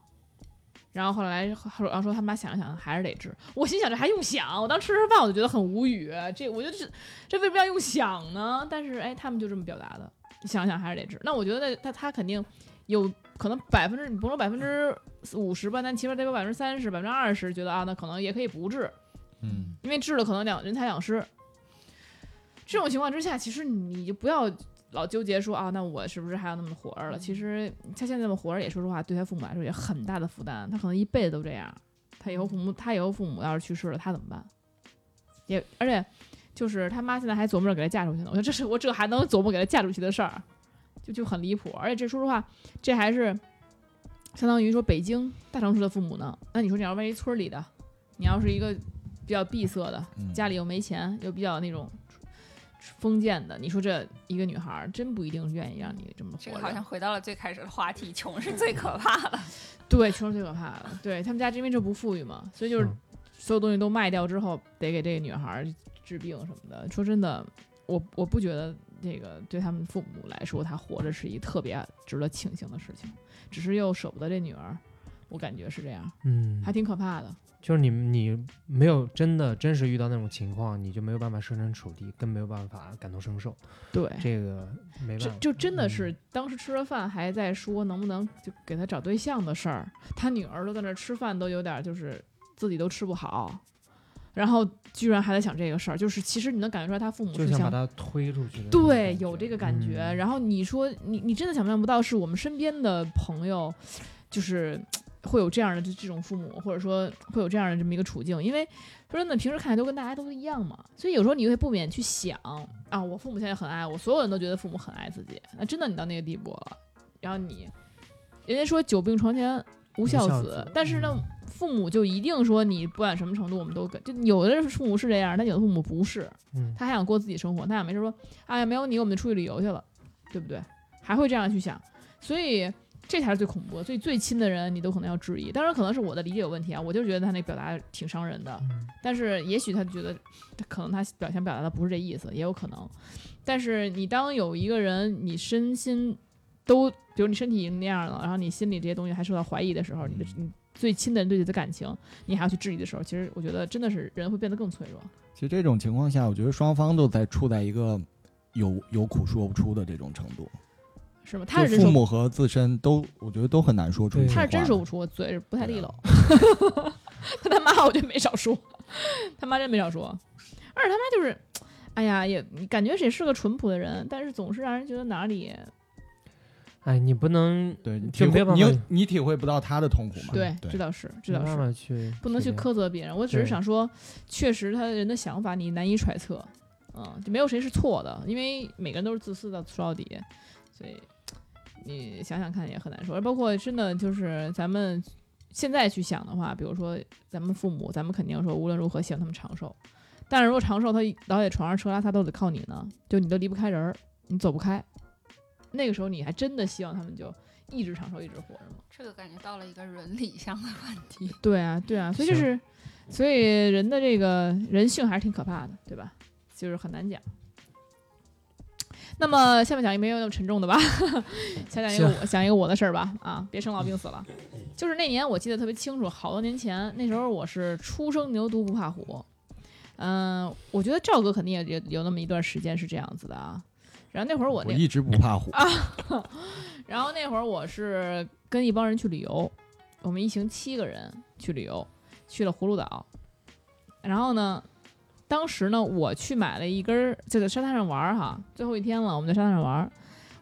S2: 然后后来说，然后说他妈想了想还是得治。我心想这还用想？我当时吃吃饭我就觉得很无语，这我就这这为什么要用想呢？但是哎，他们就这么表达的，想想还是得治。那我觉得他他肯定有可能百分之你甭说百分之五十吧，但起码得有百分之三十、百分之二十觉得啊，那可能也可以不治。
S3: 嗯，
S2: 因为治了可能两人财两失。这种情况之下，其实你就不要老纠结说啊，那我是不是还要那么活着了？其实他现在这么活着，也说实话，对他父母来说也很大的负担。他可能一辈子都这样，他以后父母他以后父母要是去世了，他怎么办？也而且就是他妈现在还琢磨着给他嫁出去呢。我觉得这是我这还能琢磨给他嫁出去的事儿，就就很离谱。而且这说实话，这还是相当于说北京大城市的父母呢。那你说你要万一村里的，你要是一个比较闭塞的，
S3: 嗯
S2: 家里又没钱，又比较那种封建的，你说这一个女孩儿真不一定愿意让你这么
S5: 这
S2: 活
S5: 个
S2: 着。
S5: 好像回到了最开始的话题，穷是最可怕的。
S2: 对，穷是最可怕的。对他们家因为这不富裕嘛，所以就是
S4: 嗯
S2: 所有东西都卖掉之后，得给这个女孩儿治病什么的。说真的，我我不觉得这个对他们父母来说，她活着是一特别值得庆幸的事情，只是又舍不得这女儿，我感觉是这样，
S4: 嗯
S2: 还挺可怕的。
S4: 就是你你没有真的真实遇到那种情况，你就没有办法设身处地，更没有办法感同身受。
S2: 对，
S4: 这个没
S2: 这
S4: 办法，嗯
S2: 就真的是当时吃了饭还在说能不能就给他找对象的事儿，他女儿都在那儿吃饭都有点儿就是自己都吃不好，然后居然还在想这个事儿，就是其实你能感觉出来他父母
S4: 就是想把
S2: 想。
S4: 他推出去的那种感
S2: 对
S4: 觉。，
S2: 有这个感觉。
S4: 嗯
S2: 然后你说，你你真的想象不到，是我们身边的朋友，就是会有这样的这这种父母，或者说会有这样的这么一个处境。因为说真的，平时看起来都跟大家都一样嘛，所以有时候你会不免去想啊，我父母现在很爱我，所有人都觉得父母很爱自己。那真的你到那个地步了，然后你，人家说久病床前无孝
S4: 无孝
S2: 子，
S4: 子
S2: 但是呢。
S4: 嗯
S2: 父母就一定说你不管什么程度，我们都跟就有的父母是这样，但有的父母不是，
S4: 嗯，
S2: 他还想过自己生活，他俩没事说，哎呀，没有你，我们就出去旅游去了，对不对？还会这样去想，所以这才是最恐怖的。所以最亲的人，你都可能要质疑。当然，可能是我的理解有问题啊，我就觉得他那表达挺伤人的，
S3: 嗯
S2: 但是也许他觉得，他可能他表想表达的不是这意思，也有可能。但是你当有一个人，你身心都，比如你身体已经那样了，然后你心里这些东西还受到怀疑的时候，你的
S3: 嗯
S2: 你最亲的人对你的感情，你还要去质疑的时候，其实我觉得真的是人会变得更脆弱。
S3: 其实这种情况下，我觉得双方都在处在一个有有苦说不出的这种程度，
S2: 是吗？他是
S3: 就
S2: 真
S3: 父
S2: 受不
S3: 母和自身都，我觉得都很难说出
S4: 对
S3: 话
S2: 他是真
S3: 来
S2: 说不出，我嘴是不太利落。 他他妈我就没少说，他妈真没少说，而且他妈就是，哎呀，也感觉也是个淳朴的人，但是总是让人觉得哪里
S4: 哎，你不能
S3: 对，你体
S4: 就没
S3: 会
S4: 有办
S3: 你
S4: 法
S3: 有你体会不到他的痛苦嘛？
S2: 对，这
S3: 对，
S2: 倒是，这
S4: 没
S2: 倒
S4: 办
S2: 是
S4: 法去，
S2: 不能去
S4: 苛。
S2: 苛责别人。我只是
S4: 对
S2: 想说，确实他人的想法你难以揣测，嗯，就没有谁是错的，因为每个人都是自私的，说到底，所以你想想看也很难说。而包括真的就是咱们现在去想的话，比如说咱们父母，咱们肯定说无论如何希望他们长寿，但是如果长寿他老在床上车拉撒都得靠你呢，就你都离不开人儿，你走不开，那个时候你还真的希望他们就一直长寿，一直活着吗？
S5: 这个感觉到了一个伦理上的问题。
S2: 对啊，对啊，所以就
S4: 行
S2: 是，所以人的这个人性还是挺可怕的，对吧？就是很难讲。那么下面讲一个没有那么沉重的吧， 先讲一个我讲一个我的事儿吧，啊，别生老病死了。 就是那年我记得特别清楚，好多年前，那时候我是初生牛犊不怕虎，嗯、我觉得赵哥肯定也也有那么一段时间是这样子的啊。然后那会儿我啊
S3: 我
S2: 那
S3: 一直不怕虎，
S2: 然后那会儿我是跟一帮人去旅游，我们一行七个人去旅游，去了葫芦岛。然后呢，当时呢，我去买了一根儿，就在沙滩上玩儿哈，最后一天了，我们在沙滩上玩儿，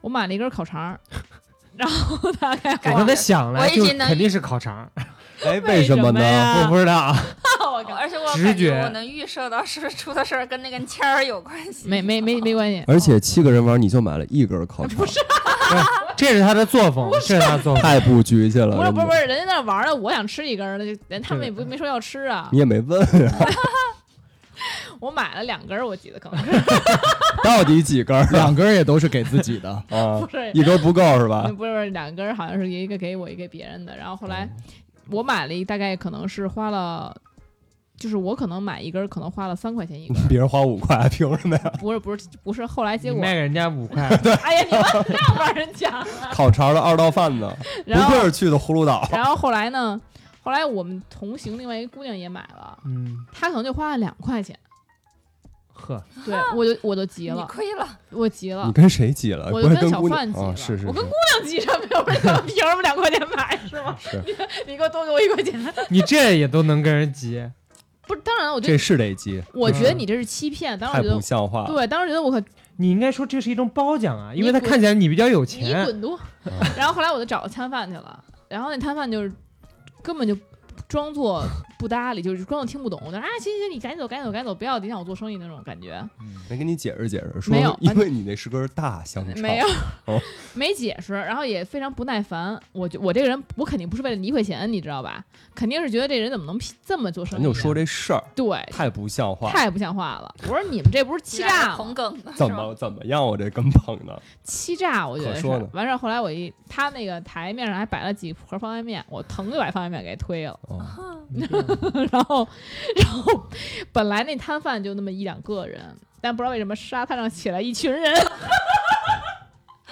S2: 我买了一根烤肠儿， 然后大概
S4: 我
S2: 花
S4: 刚才想
S5: 我
S4: 了，
S5: 一
S4: 就
S5: 直能
S4: 肯定是烤肠，
S6: 哎，
S2: 为
S6: 什么呢？
S4: 我
S2: 呀？
S4: 不知道啊。
S2: 我靠
S5: 而且我
S4: 直
S5: 感觉
S4: 觉
S5: 我能预设到是不是出的事儿跟那根签儿有关系。
S2: 没没 没没关系，
S6: 而且七个人玩，你就买了一根烤肠，
S4: 这是他的作风，这是他的作风。
S6: 太不局气了。
S2: 不是
S6: 真
S2: 不
S6: 的
S2: 是不是，人家在那玩儿呢，我想吃一根儿，那就人他们也不没说要吃啊
S6: 你，也没问
S2: 我买了两根儿，我记得可能是
S6: 到底几根儿。
S3: 两根儿也都是给自己的
S6: 啊
S2: 不？是
S6: 一根儿不够是吧
S2: 那？不是不是两根，好像是
S6: 哦
S2: 一个给我，一个给别人的。然后后来我买了一，大概可能是花了就是我可能买一根儿可能花了三块钱一根
S6: ，别人花五块，凭什么呀？
S2: 不是不是不是，后来结
S4: 你
S2: 果
S4: 卖给人家五 块，
S2: 哎呀，你 们不要玩人家，
S6: 烤肠的二道贩子，不
S2: 然后
S6: 愧是去的葫芦岛。
S2: 然后后来呢，后来我们同行另外一个姑娘也买了，
S4: 嗯，
S2: 她可能就花了两块 钱，
S4: 呵，
S2: 对我就我就急
S5: 你
S2: 了，
S5: 亏了，
S2: 我急了
S6: 你，跟谁挤了？
S2: 啊我
S6: 不
S2: 就是跟小
S6: 姑娘
S2: 贩挤
S6: 啊、
S2: 了
S6: 是是
S2: 我跟
S6: 是
S2: 姑娘急什么呀？ 我说你们凭什么两块钱买是吗？
S6: 是
S2: 你给我多给我一块钱，
S4: 你这也都能跟人急，
S2: 不是？当然了，我觉
S6: 这
S2: 得
S6: 是得挤，
S2: 我觉得你这是欺骗，当时
S6: 太
S2: 我觉
S6: 不
S2: 得。
S6: 像话了。
S2: 对，当时觉得我可
S4: 你应该说这是一种褒奖啊，因为
S2: 你
S4: 他
S2: 滚
S4: 看起来你比较有
S2: 你
S4: 钱，
S2: 滚犊！
S6: 嗯
S2: 然后后来我就找个摊贩去了，然后那摊贩就是根本就装作不搭理，就是装作听不懂。我就啊，行行，行，你赶紧走，赶紧走，赶紧走，不要影响我做生意那种感觉。
S6: 没跟你解释解释，说
S2: 没有
S6: 因为你那是根大香肠，
S2: 没有
S6: 哦，
S2: 没解释，然后也非常不耐烦。我就我这个人，我肯定不是为了你一块钱，你知道吧？肯定是觉得这人怎么能屁这么做生
S6: 咱
S2: 意？
S6: 就说，这事儿
S2: 对，
S6: 太不像话，
S2: 太不像话了。我说你们这不是 欺诈
S5: 捧
S2: 吗？
S5: 梗的，
S6: 怎
S5: 是吗？
S6: 么怎么样？我这跟捧的，
S2: 欺诈，我觉得
S6: 可
S2: 是
S6: 说呢。
S2: 完事儿后来我一他那个台面上还摆了几盒方便面，我腾就把方便面给推了。
S6: 哦、
S2: 然后，然后本来那摊贩就那么一两个人，但不知道为什么沙滩上起来一群人，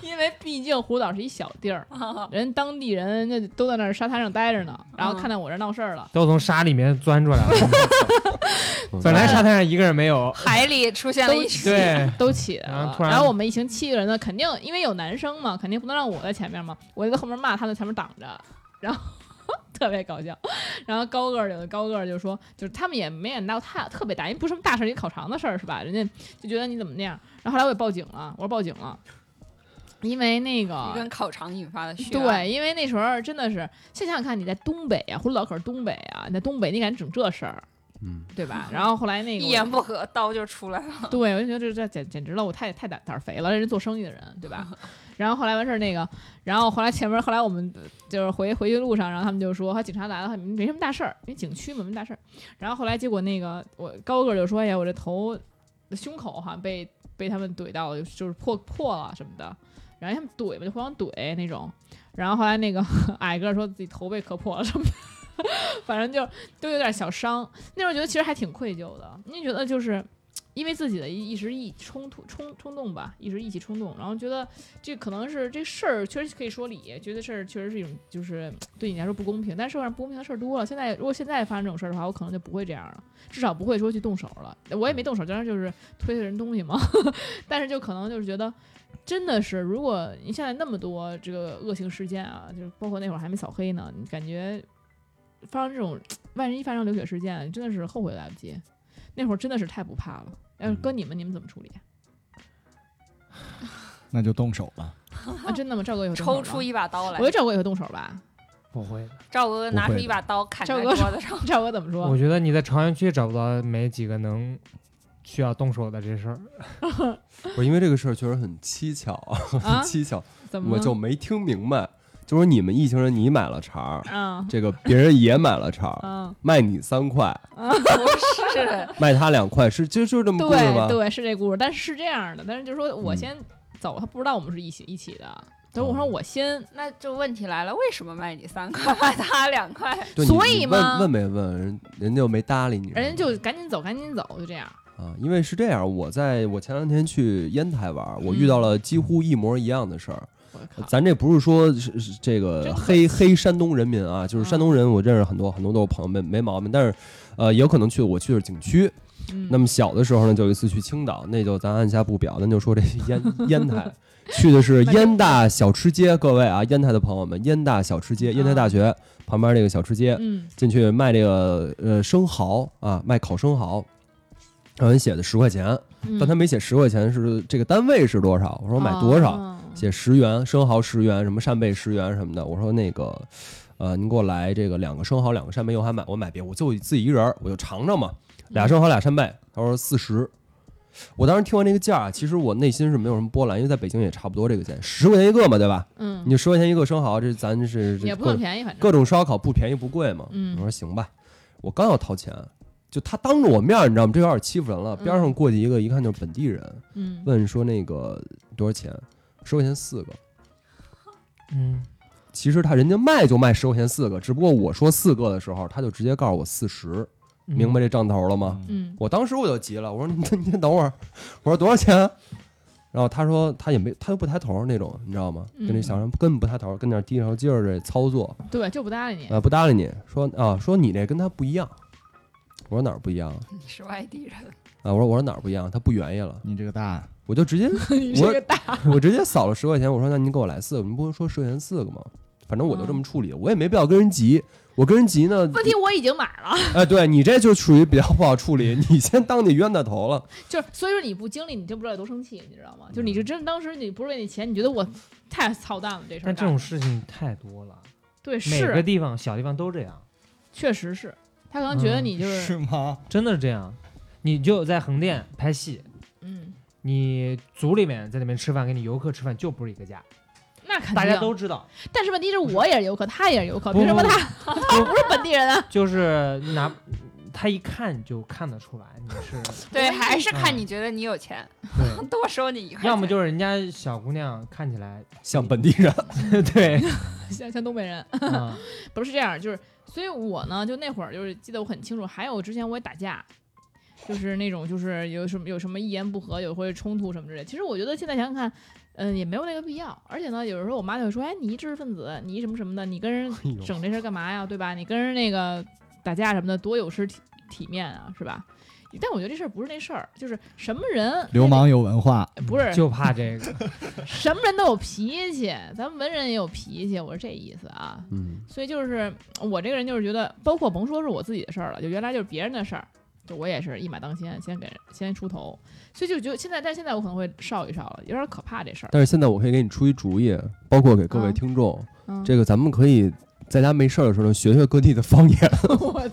S2: 因为毕竟葫芦岛是一小地儿， 人当地人人家都在那儿沙滩上待着呢，然后看到我这闹事儿了，
S4: 都从沙里面钻出 来了。
S6: 嗯
S4: 本来沙滩上一个人没有，
S5: 海里出现了
S2: 都
S5: 一
S2: 起
S4: 对，
S2: 都起来
S4: 然后
S2: 了。
S4: 突然
S2: 然后我们一行七个人呢，肯定因为有男生嘛，肯定不能让我在前面嘛，我就在后面骂他们在前面挡着，然后 特别搞笑。然后高个儿有的高个儿就说，就是他们也没演到太特别大，因为不是什么大事儿，一个烤肠的事儿是吧？人家就觉得你怎么那样。然后后来我也报警了，我说报警了，因为那
S5: 一
S2: 个
S5: 根。烤肠引发的血，，
S2: 对，因为那时候真的是，现在想想看，你在东北啊，葫芦岛可是东北啊，你在东北你敢整这事儿，
S6: 嗯，
S2: 对吧？然后后来那个
S5: 一
S2: 我
S5: 言不合刀就出来了，
S2: 对，我就觉得这这简简直了，我太太胆胆儿肥了，人家做生意的人，对吧？ 然后后来完事儿那个，然后后来前面后来我们就是回回去路上，然后他们就说，啊警察来了，没什么大事儿，因为景区嘛，没大事儿。然后后来结果那个我高个儿就说，哎呀，我这头胸口好像被被他们怼到了，就是破破了什么的。然后他们怼吧，就互相怼那种。然后后来那个 矮个儿说自己头被磕破了什么的， 反正就都有点小伤。那时候觉得其实还挺愧疚的，因为觉得就是因为自己的一一时意冲突冲冲动吧，一时意气冲动，然后觉得这可能是这事儿确实可以说理，觉得事儿确实是一种就是对你来说不公平，但社会上不公平的事儿多了。现在如果现在发生这种事儿的话，我可能就不会这样了，至少不会说去动手了。我也没动手，当然就是推推人东西嘛， 但是就可能就是觉得。真的是，如果你现在那么多这个恶性事件啊，就是包括那会儿还没扫黑呢，你感觉发生这种万一发生流血事件，真的是后悔来不及。那会儿真的是太不怕了。要是
S6: 嗯
S2: 搁呃你们，你们怎么处理？啊
S3: 那就动手吧。
S2: 啊，真的吗？赵哥也会动手
S5: 抽
S2: 吗
S5: 出一把刀
S2: 我
S5: 来
S2: 觉。得赵哥也会动手吧？
S4: 不会的。
S5: 赵哥拿
S3: 不
S5: 出
S3: 会
S5: 一把刀砍
S2: 赵
S5: 在
S2: 哥
S5: 桌子上，
S2: 赵哥怎么
S4: 我
S2: 说？
S4: 觉得你在朝阳区找不到没几个能需要动手的这事儿。
S6: 我因为这个事儿确实很蹊跷，很
S2: 啊，
S6: 蹊跷，
S2: 怎么
S6: 我
S2: 了
S6: 就没听明白，就说你们一行人你买了肠儿，
S2: 啊
S6: 这个别人也买了肠儿，
S2: 啊
S6: 卖你三块，
S5: 不是，
S6: 卖他两块，是就就是这么故事嗯
S2: 对
S6: 吗？
S2: 对，是这故事，但是是这样的，但是就是说我先走，他不知道我们是一起一起的。等
S6: 哦
S2: 我说我先，
S5: 那就问题来了，为什么卖你三块，卖他两块？
S6: 对你
S2: 所以
S6: 你
S2: 嘛
S6: 问问没问人，人家又没搭理你，
S2: 人家就赶紧走，赶紧走，就这样。
S6: 啊，因为是这样，我在我前两天去烟台玩儿，我
S2: 嗯
S6: 遇到了几乎一模一样的事儿。
S2: 我靠，
S6: 咱这不是说是是这个
S2: 真嗯
S6: 黑黑山东人民啊，就是山东人，我认识很多很多都是朋友，没没毛病。但是，呃，也有可能去我去的是景区。
S2: 嗯
S6: 那么小的时候呢，就有一次去青岛，那就咱按下不表，咱就说这烟烟台。去 的是烟大小吃街，各位啊，烟台的朋友们，烟大小吃街，烟台大学旁边这个小吃街，
S2: 嗯
S6: 进去卖这个呃生蚝啊，卖烤生蚝，让人写的十块钱，
S2: 嗯，
S6: 但他没写十块钱是这个单位是多少，我说买多少，
S2: 啊？
S6: 写十元，生蚝十元，什么扇贝十元什么的。我说那个，呃，您给我来这个两个生蚝，两个扇贝，又还买，我买别，我就自己一人儿，我就尝尝嘛，
S2: 嗯
S6: 俩生蚝俩扇贝。他说四十，我当时听完这个价儿，其实我内心是没有什么波澜，因为在北京也差不多这个钱，十块钱一个嘛，对吧？
S2: 嗯，
S6: 你十块钱一个生蚝，这咱是
S2: 也
S6: 这
S2: 不
S6: 各
S2: 算便宜，反正
S6: 各种烧烤不便宜不贵嘛。
S2: 嗯
S6: 我说行吧，我刚要掏钱。就他当着我面儿，你知道吗？这有点欺负人了。边上过去一个，一看就是本地人，
S2: 嗯，
S6: 问说那个多少钱？十块钱四个。
S4: 嗯，
S6: 其实他人家卖就卖十块钱四个，只不过我说四个的时候，他就直接告诉我四十，明白这账头了吗？
S2: 嗯，
S6: 我当时我就急了，我说你你 先等会儿，我说多少钱？啊然后他说他也没，他又不抬头那种，你知道吗？跟那
S2: 嗯
S6: 小人根本不抬头，跟那儿低着头劲儿这操作，
S2: 对，就不搭理你。
S6: 呃，不搭理你，说啊，说你这跟他不一样。我说哪儿不一样啊？
S5: 你是外地人，
S6: 啊，我说我说哪儿不一样？他不原因了，
S3: 你这个大，啊
S6: 我就直接
S2: 你是
S6: 我
S2: 个 大，
S6: 我直接扫了十块钱，我说那您给我来四个，您不是说十块钱四个吗？反正我就这么处理，我也没必要跟人急。我跟人急呢，
S2: 问题我已经买了，
S6: 哎，对你这就属于比较不好处理，你先当你冤大头了。
S2: 就是所以说你不经历，你就不知道有多生气，你知道
S4: 嗯
S2: 吗？就你就真当时你不是为那钱，你觉得我 太操蛋了这事儿
S4: 但
S2: 干的。
S4: 这种事情太多了，
S2: 对
S4: 每个
S2: 是
S4: 地方小地方都这样，
S2: 确实是，他可能觉得
S4: 嗯
S2: 你就是哎
S3: 吗？
S4: 真的是这样。你就在横店拍戏，
S2: 嗯，
S4: 你组里面在里面吃饭，跟你游客吃饭就不是一个价，
S2: 那肯定。
S4: 大家都知道。
S2: 但是问题是我也是游客，他也是游客，
S4: 不
S2: 凭什么
S4: 不
S2: 他他不是本地人啊？
S4: 就是拿他一看就看得出来你是，
S5: 对，还是看
S4: 嗯
S5: 你觉得你有钱，
S4: 对，
S5: 多收你一块钱。
S4: 要么就是人家小姑娘看 起来
S6: 像本地人，
S4: 对，
S2: 像像东北人，
S4: 嗯
S2: 不是这样，就是所以我呢，就那会儿就是记得我很清楚，还有之前我也打架。就是那种，就是有什么有什么一言不合，有或者冲突什么之类的。其实我觉得现在想想看，嗯、也没有那个必要。而且呢，有时候我妈就会说：“哎，你一知识分子，你什么什么的，你跟人
S6: 哎呦
S2: 整这事儿干嘛呀？对吧？你跟人那个打架什么的，多有失体体面啊，是吧？”但我觉得这事儿不是那事儿，就是什么人
S3: 流氓有文化，
S2: 不是
S4: 嗯就怕这个，
S2: 什么人都有脾气，咱们文人也有脾气，我是这意思啊。
S6: 嗯，
S2: 所以就是我这个人就是觉得，包括甭说是我自己的事儿了，就原来就是别人的事儿，就我也是一马当先，先给人先出头，所以就觉得现在，但现在我可能会少一少了，有点可怕这事儿。
S6: 但是现在我可以给你出一主意，包括给各位
S2: 啊
S6: 听众，
S2: 嗯，
S6: 这个咱们可以在家没事儿的时候呢，学学各地的方言。
S2: 我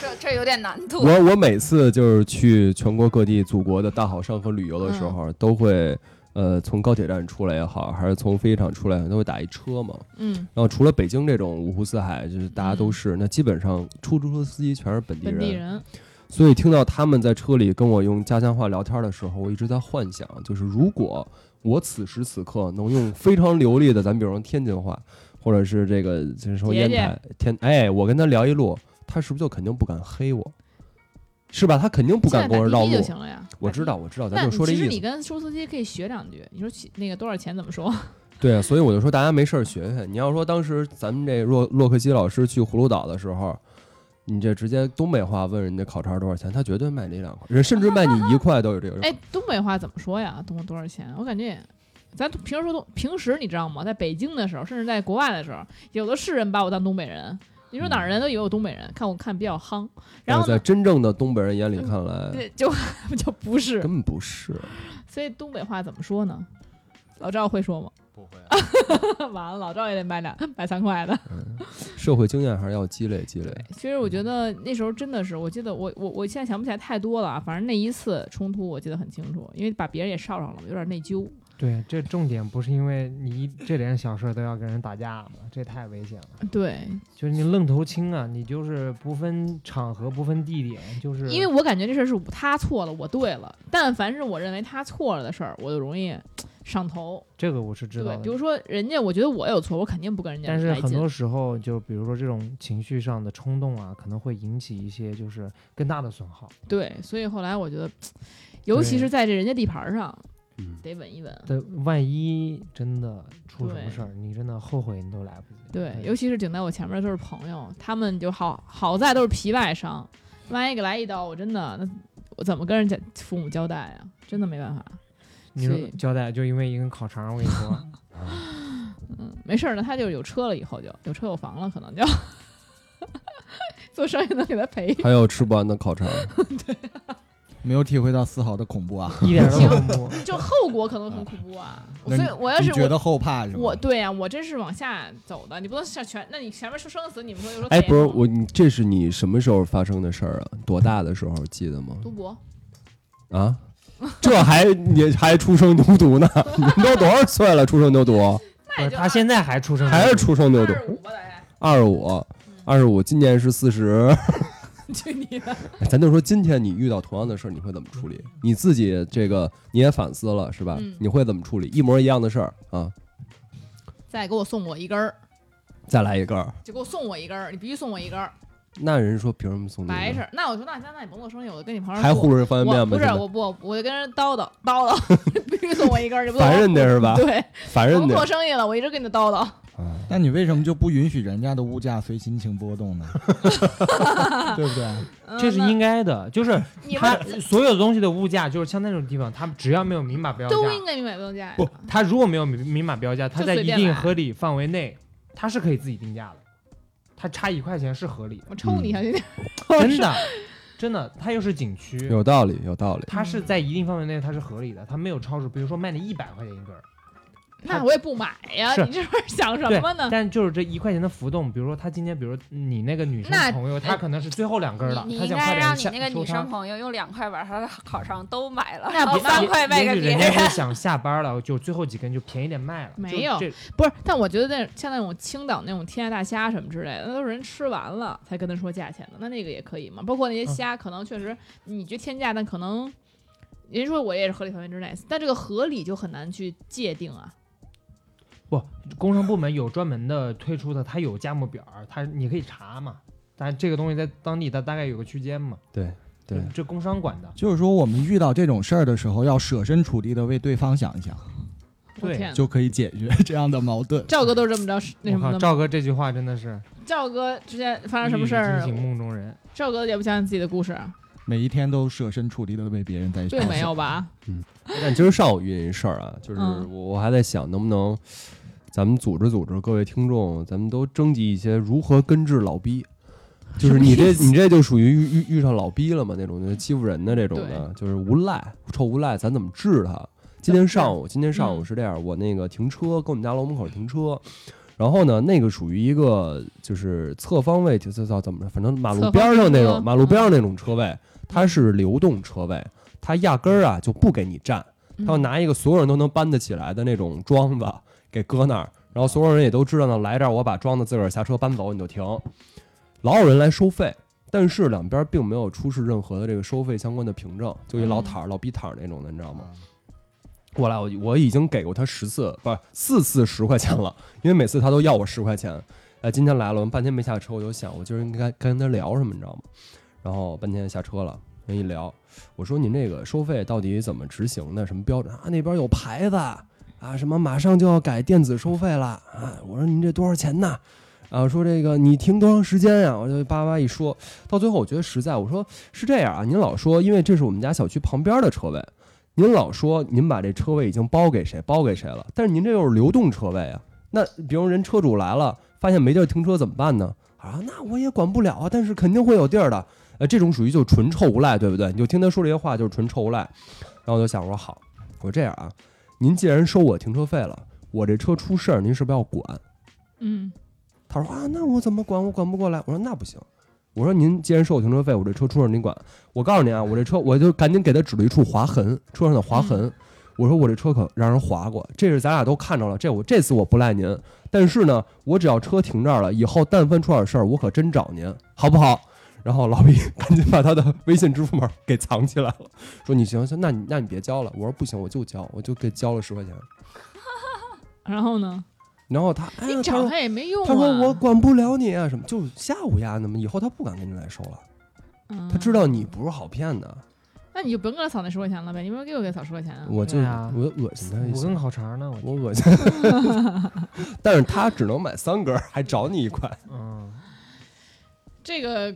S5: 这这有点难度。
S6: 我我每次就是去全国各地祖国的大好山河旅游的时候，都会呃从高铁站出来也好，还是从飞机场出来，都会打一车嘛。
S2: 嗯，
S6: 然后除了北京这种五湖四海，就是大家都是，那基本上出租车司机全是本地
S2: 本
S6: 人，
S2: 地人，
S6: 所以听到他们在车里跟我用家乡话聊天的时候，我一直在幻想，就是如果我此时此刻能用非常流利的，咱比如说天津话，或者是这个就是说
S2: 姐
S6: 烟
S2: 姐
S6: 台天，哎，我跟他聊一路，他是不是就肯定不敢黑我？是吧？他肯定不
S2: 现在
S6: 敢跟我绕
S2: 打
S6: 路
S2: 滴滴就。行了呀。
S6: 我知道，
S2: 打滴滴。
S6: 我知道，
S2: 那
S6: 咱就说这
S2: 其实
S6: 意
S2: 你
S6: 思。
S2: 跟出租司机可以学两句，你说起那个多少钱怎么说？
S6: 对啊，所以我就说大家没事儿学学。你要说当时咱们这洛洛克希老师去葫芦岛的时候，你这直接东北话问人家烤肠多少钱，他绝对卖你两块，人甚至卖你一块都有这个。
S2: 哎，东北话怎么说呀？东多少钱？我感觉也，咱平时说东，平时你知道吗？在北京的时候，甚至在国外的时候，有的是人把我当东北人。你说哪儿人都以为我东北人，看我看比较夯，然
S6: 嗯但
S2: 后
S6: 是在
S2: 呢，嗯
S6: 真正的东北人眼里看
S4: 嗯
S6: 来，
S2: 对，就 就不是。
S6: 根本不是。
S2: 所以东北话怎么说呢？老赵会说吗？
S3: 不会、啊
S2: 完了，老赵也得买两买三块的。
S6: 社会经验还是要积累积累。
S2: 其实我觉得那时候真的是，我记得我我我现在想不起来太多了啊，反正那一次冲突我记得很清楚，因为把别人也捎上了，有点内疚。
S4: 对，这重点不是因为你一这点小事都要跟人打架嘛，这太危险了。
S2: 对，
S4: 就是你愣头青啊，你就是不分场合、不分地点，就是
S2: 因为我感觉这事儿是他错了，我对了。但凡是我认为他错了的事儿，我就容易上头。
S4: 这个我是知道
S2: 对，比
S4: 的
S2: 如。说人家，我觉得我有错，我肯定不跟人家
S4: 但是
S2: 来
S4: 很
S2: 劲。
S4: 多时候，就比如说这种情绪上的冲动啊，可能会引起一些就是更大的损耗。
S2: 对，所以后来我觉得，尤其是在这人家地盘儿上
S6: 嗯，
S2: 得稳一稳。
S4: 但万一真的出什
S2: 对
S4: 么事儿，你真的后悔你都来不及。
S2: 对，尤其是顶在我前面的都是朋友，他们就好好在都是皮外伤，万一给来一刀，我真的那我怎么跟人家父母交代啊？真的没办法。
S4: 你
S2: 所
S4: 说
S2: 以
S4: 交代就因为一根烤肠，我跟 你说，
S2: 嗯，没事儿的，他就有车了，以后就有车有房了，可能就 做生意能给他赔
S6: 还有吃不完的烤 肠，
S3: 没有体会到丝毫的恐 怖啊！
S4: 一点都不恐怖。
S2: 就后果可能很恐怖啊。
S3: 那
S2: 所
S3: 你
S2: 以我要
S3: 你
S2: 是
S3: 觉
S2: 我，
S3: 得后怕是吗？
S2: 我对呀、我真是往下走的，你不能像全，那你前面说生死，你们说又说
S6: 哎，
S2: 贼
S6: 不是
S2: 吗
S6: 我，你这是你什么时候发生的事儿啊？多大的时候记得吗？
S2: 读博，
S6: 啊， 这还你还出生牛犊呢？你们都多少岁了？出生牛犊
S2: 那
S4: 不
S2: 也
S4: 是
S2: 就
S4: 他现在还出生，
S6: 还是出生牛
S2: 二
S6: 犊
S2: 十？五吧，大概。
S6: 二十五，二十五，今年是四十。
S2: 去你的！
S6: 咱就说今天你遇到同样的事儿，你会怎么处理？你自己这个你也反思了是吧？
S2: 嗯
S6: 你会怎么处理？一模一样的事儿啊，
S2: 再给我送我一根儿，
S6: 再来一根儿。
S2: 就给我送我一根儿，你必须送我一根儿。
S6: 那人说凭什么送你？
S2: 白事儿，那我说那那那你甭做生意，我就跟你旁边
S6: 嗯还
S2: 坐
S6: 囫囵人方便
S2: 我
S6: 面吗？
S2: 不是
S6: 现在
S2: 我不我就跟人叨叨叨叨， 必须送我一根儿，你不
S6: 烦人
S2: 的
S6: 的是吧？
S2: 对，
S6: 烦人
S2: 甭做
S6: 的。
S2: 生意了，我一直跟你叨叨。
S6: 啊
S3: 那你为什么就不允许人家的物价随心情 波动呢？对不对？
S2: 嗯
S4: 这是
S2: 那
S4: 应该的，就是
S2: 你
S4: 它
S2: 们
S4: 所有东西的物价，就是像那种地方，它只要没有明码标价，
S2: 都应该明码标价呀。
S4: 不，它如果没有明明码标价，它在
S2: 随
S4: 一
S2: 便
S4: 定
S2: 来
S4: 合理范围内，它是可以自己定价的，它差一块钱是合 理的，
S2: 我抽你一下
S6: 嗯
S2: 去。
S4: 真的，真的，它又是景区，
S6: 有道理，有道理。
S4: 它是在一定范围内它是合理的，它没有超出，比如说卖你一百块钱一根儿，
S2: 那我也不买呀，
S4: 是
S2: 你这是想什
S4: 对
S2: 么
S5: 嗯
S2: 呢？
S4: 但就是这一块钱的浮动，比如说他今天，比如你那个女生
S2: 那
S4: 朋友，她可能是最后两根儿了，
S5: 你你
S4: 她
S5: 应
S4: 想
S5: 该
S4: 快
S5: 让
S4: 点下
S5: 你那个
S4: 收
S5: 女
S4: 摊
S5: 生
S4: 儿
S5: 朋友用两块把她的烤肠都买了，
S2: 那
S5: 然
S2: 不
S5: 后三块卖
S4: 也
S5: 给
S4: 许
S5: 别
S4: 人家
S5: 人。
S4: 是想下班了，就最后几根就便宜点卖了。
S2: 没
S4: 就
S2: 有
S4: 这
S2: 不是，但我觉得那像那种青岛那种天价大虾什么之类的，那都是人吃完了才跟他说价钱的，那那个也可以嘛。包括那些
S4: 嗯
S2: 虾，可能确实你觉得天价，但可能人家说我也是合理范围之内，但这个合理就很难去界定啊。
S4: 工商部门有专门的推出的，它有价目表儿，它你可以查嘛。但这个东西在当地它大概有个区间嘛，
S6: 对对
S4: 就，这工商管的。
S3: 就是说，我们遇到这种事儿的时候，要设身处地的为对方想一想，
S2: 我
S4: 对
S2: 天哪，
S3: 就可以解决这样的 矛盾。
S2: 赵哥都是这么着那什
S4: 我
S2: 么
S4: 靠，
S2: 的吗。
S4: 赵哥这句话真的是
S2: 赵哥之前发生什
S4: 一
S2: 么
S4: 语
S2: 事儿
S4: 惊？醒梦中人。
S2: 赵哥也不想想自己的故事啊，
S3: 每一天都设身处地的为别人在想。
S2: 并没有吧？
S6: 但今儿上午遇见一事儿啊，就是我
S2: 嗯
S6: 我还在想能不能，咱们组织组织各位听众，咱们都征集一些如何根治老逼。就是你这你这就属于遇遇遇上老逼了嘛那种，就是欺负人的这种的，就是无赖臭无赖，咱怎么治他？今天上午今天上午
S2: 嗯
S6: 是这样，我那个停车跟我们家楼门口停车，然后呢那个属于一个就是侧方位停车叫怎么着，反正马路
S2: 侧方嗯
S6: 边儿上那
S2: 停车
S6: 种马路边儿上那种车位，它是流动车位，它压根儿啊就不给你站。他要
S2: 嗯
S6: 拿一个所有人都能搬得起来的那种桩子给搁那儿，然后所有人也都知道呢，来这儿我把桩子自个儿下车搬走你就停。老有人来收费，但是两边并没有出示任何的这个收费相关的凭证，就一
S2: 嗯
S6: 老摊儿、老逼摊儿那种的，你知道吗？过来，我我已经给过他十次，不是四次十块钱了，因为每次他都要我十块钱。哎，今天来了，我们半天没下车，我就想，我今儿应该该跟他聊什么，你知道吗？然后半天下车了，人一聊，我说您这个收费到底怎么执行的？什么标准啊？那边有牌子啊，什么马上就要改电子收费了啊！我说您这多少钱呢？啊，说这个你停多长时间呀、我就叭叭一说，到最后我觉得实在，我说是这样啊，您老说，因为这是我们家小区旁边的车位，您老说您把这车位已经包给谁包给谁了，但是您这又是流动车位啊。那比如人车主来了，发现没地儿停车怎么办呢？啊，那我也管不了啊，但是肯定会有地儿的。呃，这种属于就纯臭无赖，对不对？你就听他说这些话就是纯臭无赖。然后我就想，我说好，我说这样啊，您既然收我停车费了，我这车出事儿，您是不是要管？
S2: 嗯，
S6: 他说啊，那我怎么管？我管不过来。我说那不行。我说您既然收我停车费，我这车出事儿您管。我告诉您啊，我这车我就赶紧给他指了一处划痕，车上的划痕。
S2: 嗯
S6: 我说我这车可让人划过，这是咱俩都看着了，这我这次我不赖您。但是呢，我只要车停这儿了，以后但凡出点事儿，我可真找您，好不好？然后老毕赶紧把他的微信、支付宝给藏起来了，说你行行，那你那你别交了。我说不行，我就交，我就给交了十块钱。
S2: 然后呢？
S6: 然后他，哎呀，
S2: 你
S6: 他
S2: 找
S6: 说
S2: 他也没用啊。
S6: 他说我管不了你啊，什么就吓唬丫呢嘛，以后他不敢跟你来收了，
S2: 嗯，
S6: 他知道你不是好骗的，
S2: 那你就甭给他扫那十块钱了呗，你不是给我给他扫十块钱啊？
S6: 我就
S4: 对啊
S6: 我恶心他一
S4: 我
S6: 下
S4: 跟，烤肠呢，我
S6: 我恶心，但是他只能买三根儿，还找你 一块。
S4: 嗯，
S2: 这个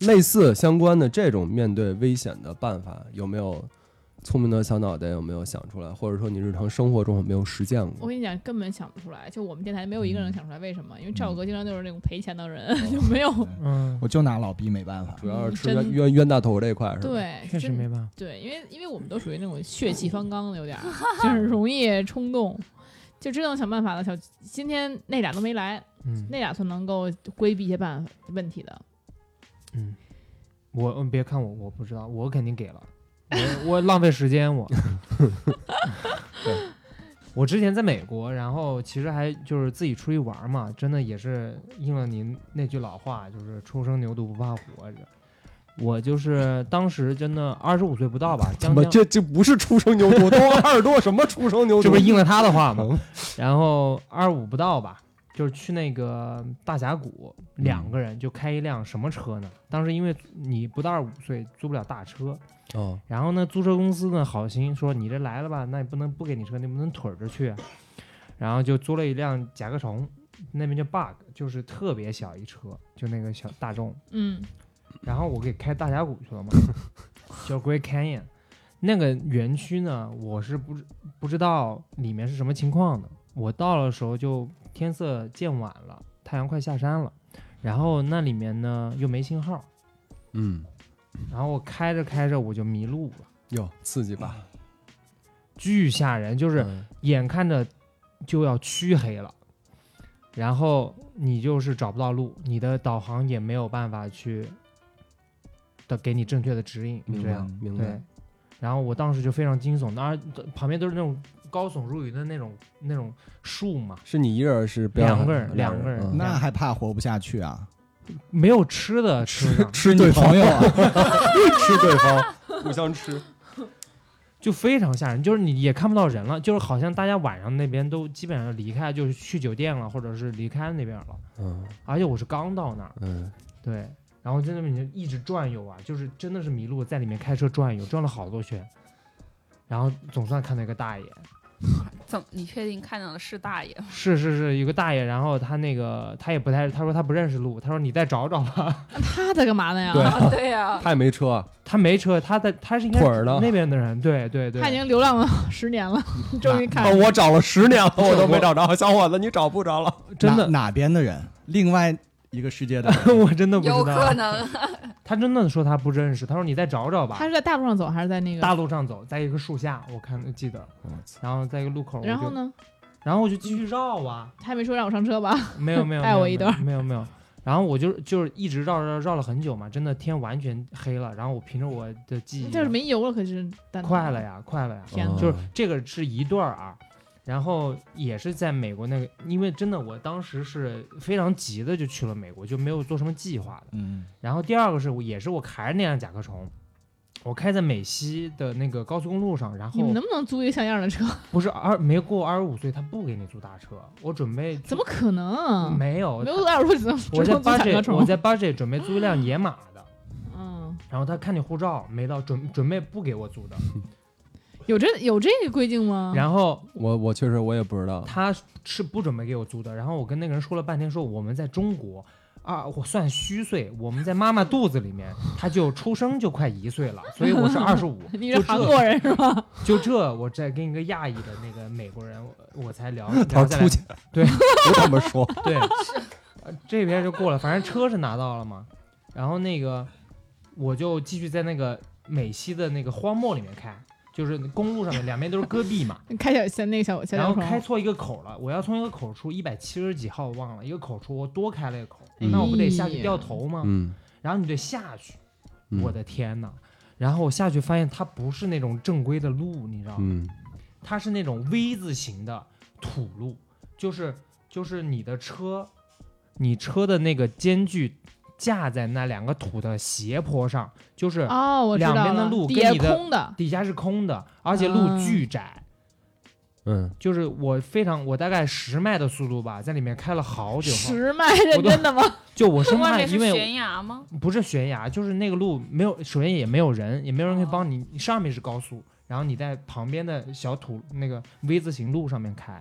S6: 类似相关的这种面对危险的办法，有没有聪明的小脑袋有没有想出来，或者说你日常生活中有没有实践
S2: 我
S6: 过？
S2: 跟你讲，根本想不出来。就我们电台没有一个人想出来，为什么？因为赵哥经常就是那种赔钱的人，
S4: 哦
S2: 就没有
S4: 嗯，
S3: 我就拿老逼没办法。
S6: 主要是吃
S2: 真
S6: 冤冤冤大头这一块是吧？，
S2: 对，
S4: 嗯确实
S2: 真
S4: 没办法。
S2: 对，因为因为我们都属于那种血气方刚的，有 点儿就是容易冲动，就只能想办法了。小今天那俩都没来，
S4: 嗯，
S2: 那俩算能够规避一些办法问题的。
S4: 嗯，我嗯别看我，我不知道，我肯定给了，我我浪费时间 我。对我之前在美国，然后其实还就是自己出去玩嘛，真的也是应了您那句老话，就是初生牛犊不怕虎啊。这我就是当时真的二十五岁不到吧，
S6: 怎
S4: 将
S6: 么
S4: 将
S6: 这这不是初生牛犊，都二十多什么初生牛犊？
S4: 这不是应了他的话吗？
S6: 嗯
S4: 然后二五不到吧，就是去那个大峡谷，
S6: 嗯
S4: 两个人就开一辆什么车呢？当时因为你不到二十五岁，租不了大车，
S6: 哦，
S4: 然后呢，租车公司呢好心说你这来了吧，那也不能不给你车，你不能腿着去啊，然后就租了一辆甲壳虫，那边叫 bug，就是特别小一车，就那个小大众。
S2: 嗯，
S4: 然后我给开大峡谷去了嘛，叫 Great Canyon。那个园区呢，我是不知不知道里面是什么情况的。我到的时候就天色渐晚了，太阳快下山了，然后那里面呢又没信号，
S6: 嗯，
S4: 然后我开着开着我就迷路了，
S6: 哟，刺激吧？
S4: 巨吓人，就是
S6: 嗯
S4: 眼看着就要黢黑了，然后你就是找不到路，你的导航也没有办法去的给你正确的指引，
S6: 明
S4: 嗯这
S6: 白
S4: 样。
S6: 明
S4: 对
S6: 白，，
S4: 然后我当时就非常惊悚，那儿旁边都是那种高耸入云的那种那种树嘛，
S6: 是你一个人是别人
S4: 两个人
S6: 两
S4: 两个人
S6: 嗯
S3: 那还怕活不下去啊？
S4: 没有吃的吃 上，
S3: 吃对朋友啊，
S6: 吃对 方，互相吃。
S4: 就非常吓人，就是你也看不到人了，就是好像大家晚上那边都基本上离开，就是去酒店了，或者是离开那边了。
S6: 嗯
S4: 而且我是刚到那儿，
S6: 嗯，
S4: 对，然后在那边就一直转悠啊，就是真的是迷路，在里面开车转悠，转了好多圈，然后总算看到一个 大爷，
S5: 怎么？你确定看到的是 大爷吗？
S4: 是是是，有个大爷，然后他那个他也不太，他说他不认识路，他说你再找找吧。
S2: 那他在干嘛呢呀？
S6: 对
S5: 啊，对呀，
S6: 他也没车啊，
S4: 他没车，他在他是应该
S6: 腿儿呢
S4: 那边的人，对对对，嗯
S2: 他已经流浪了十年了， 终于看
S6: 哦我找了十年了，我都没找着，小伙子，你找不 着了。
S4: 真的，
S3: 哪哪边的人？另外一个世界的人，
S4: 我真的不
S5: 有
S4: 知道
S5: 可，能。
S4: 他真的说他不认识，他说你再找找吧
S2: 他。是在大路上走还是在那
S4: 大
S2: 个？
S4: 路上走，在一个树下，我看记得，然后在一个路口，
S2: 然后
S4: 我就？
S2: 呢？
S4: 然后我就继续绕啊，
S2: 他还没说让我上车吧？
S4: 没有 没有，
S2: 带
S4: 没有
S2: 我一段儿，
S4: 没有没有没有。然后我就就是一直绕绕绕了很久嘛，真的天完全黑了。然后我凭着我的记忆，
S2: 这是没油了，可是蛋挞
S4: 快了！呀，快了呀，
S2: 天
S6: 哪
S4: 就是这个是一段儿啊，然后也是在美国那个，因为真的我当时是非常急的就去了美国，就没有做什么计划的。
S3: 嗯，
S4: 然后第二个是我也是我开着那辆甲壳虫，我开在美西的那个高速公路上，然
S2: 你们
S4: 后
S2: 能不能租一个像样的车？
S4: 嗯不是二没过二十五岁他不给你租大车，我准备
S2: 怎么可能？
S4: 嗯没有
S2: 没有多少路只能只
S4: 我在
S2: 能租甲壳
S4: budget 我
S2: 虫。
S4: 在 budget 准备租一辆野马的，
S2: 嗯，
S4: 然后他看你护照没到，准准备不给我租的，
S2: 有这有这个规定吗？。
S4: 然后
S6: 我我确实我也不 知道，
S4: 他是不准备给我租的，然后我跟那个人说了半天，说我们在中国啊，我算虚岁，我们在妈妈肚子里面，他就出生就快一岁了，所以我是二十五
S2: 你是
S4: 就
S2: 韩
S4: 这
S2: 国人是吧？
S4: 就这，我在跟一个亚裔的那个美国人，我我才聊，
S6: 他
S4: 聊
S6: 说
S4: 下
S6: 出
S4: 来
S6: 去，
S4: 对
S6: 我怎么说？
S4: 对，呃这边就过了，反正车是拿到了嘛。然后那个我就继续在那个美西的那个荒漠里面开，就是公路上面两边都是戈壁嘛。
S2: 开小小那个小小
S4: 然
S2: 甲
S4: 后
S2: 虫，
S4: 开错一个口了，我要从一个口出一百七十几号忘了一个口出，我多开了一个口，
S6: 嗯
S4: 那我不得下去掉头吗？
S6: 嗯，
S4: 然后你得下去，
S6: 嗯
S4: 我，的天呐！然后我下去发现它不是那种正规的路，你知道吗？
S6: 嗯
S4: 它是那种 V 字形的土路，就是就是你的车，你车的那个间距架在那两个土的斜坡上，就是
S2: 哦，我知道
S4: 两边的
S2: 了
S4: 路
S2: 底
S4: 跟
S2: 下
S4: 你的
S2: 空的，
S4: 底下是空的，而且路
S2: 嗯
S4: 巨窄。
S6: 嗯，
S4: 就是我非常，我大概十迈的速度吧，在里面开了好久后，
S2: 十迈认真的吗？
S4: 就我生
S5: 外
S4: 怕
S5: 面是
S4: 因为
S5: 悬崖吗？
S4: 不是悬崖，就是那个路没有，首先也没有人，也没有
S2: 哦
S4: 人可以帮你，你上面是高速，然后你在旁边的小土那个 V 字形路上面开，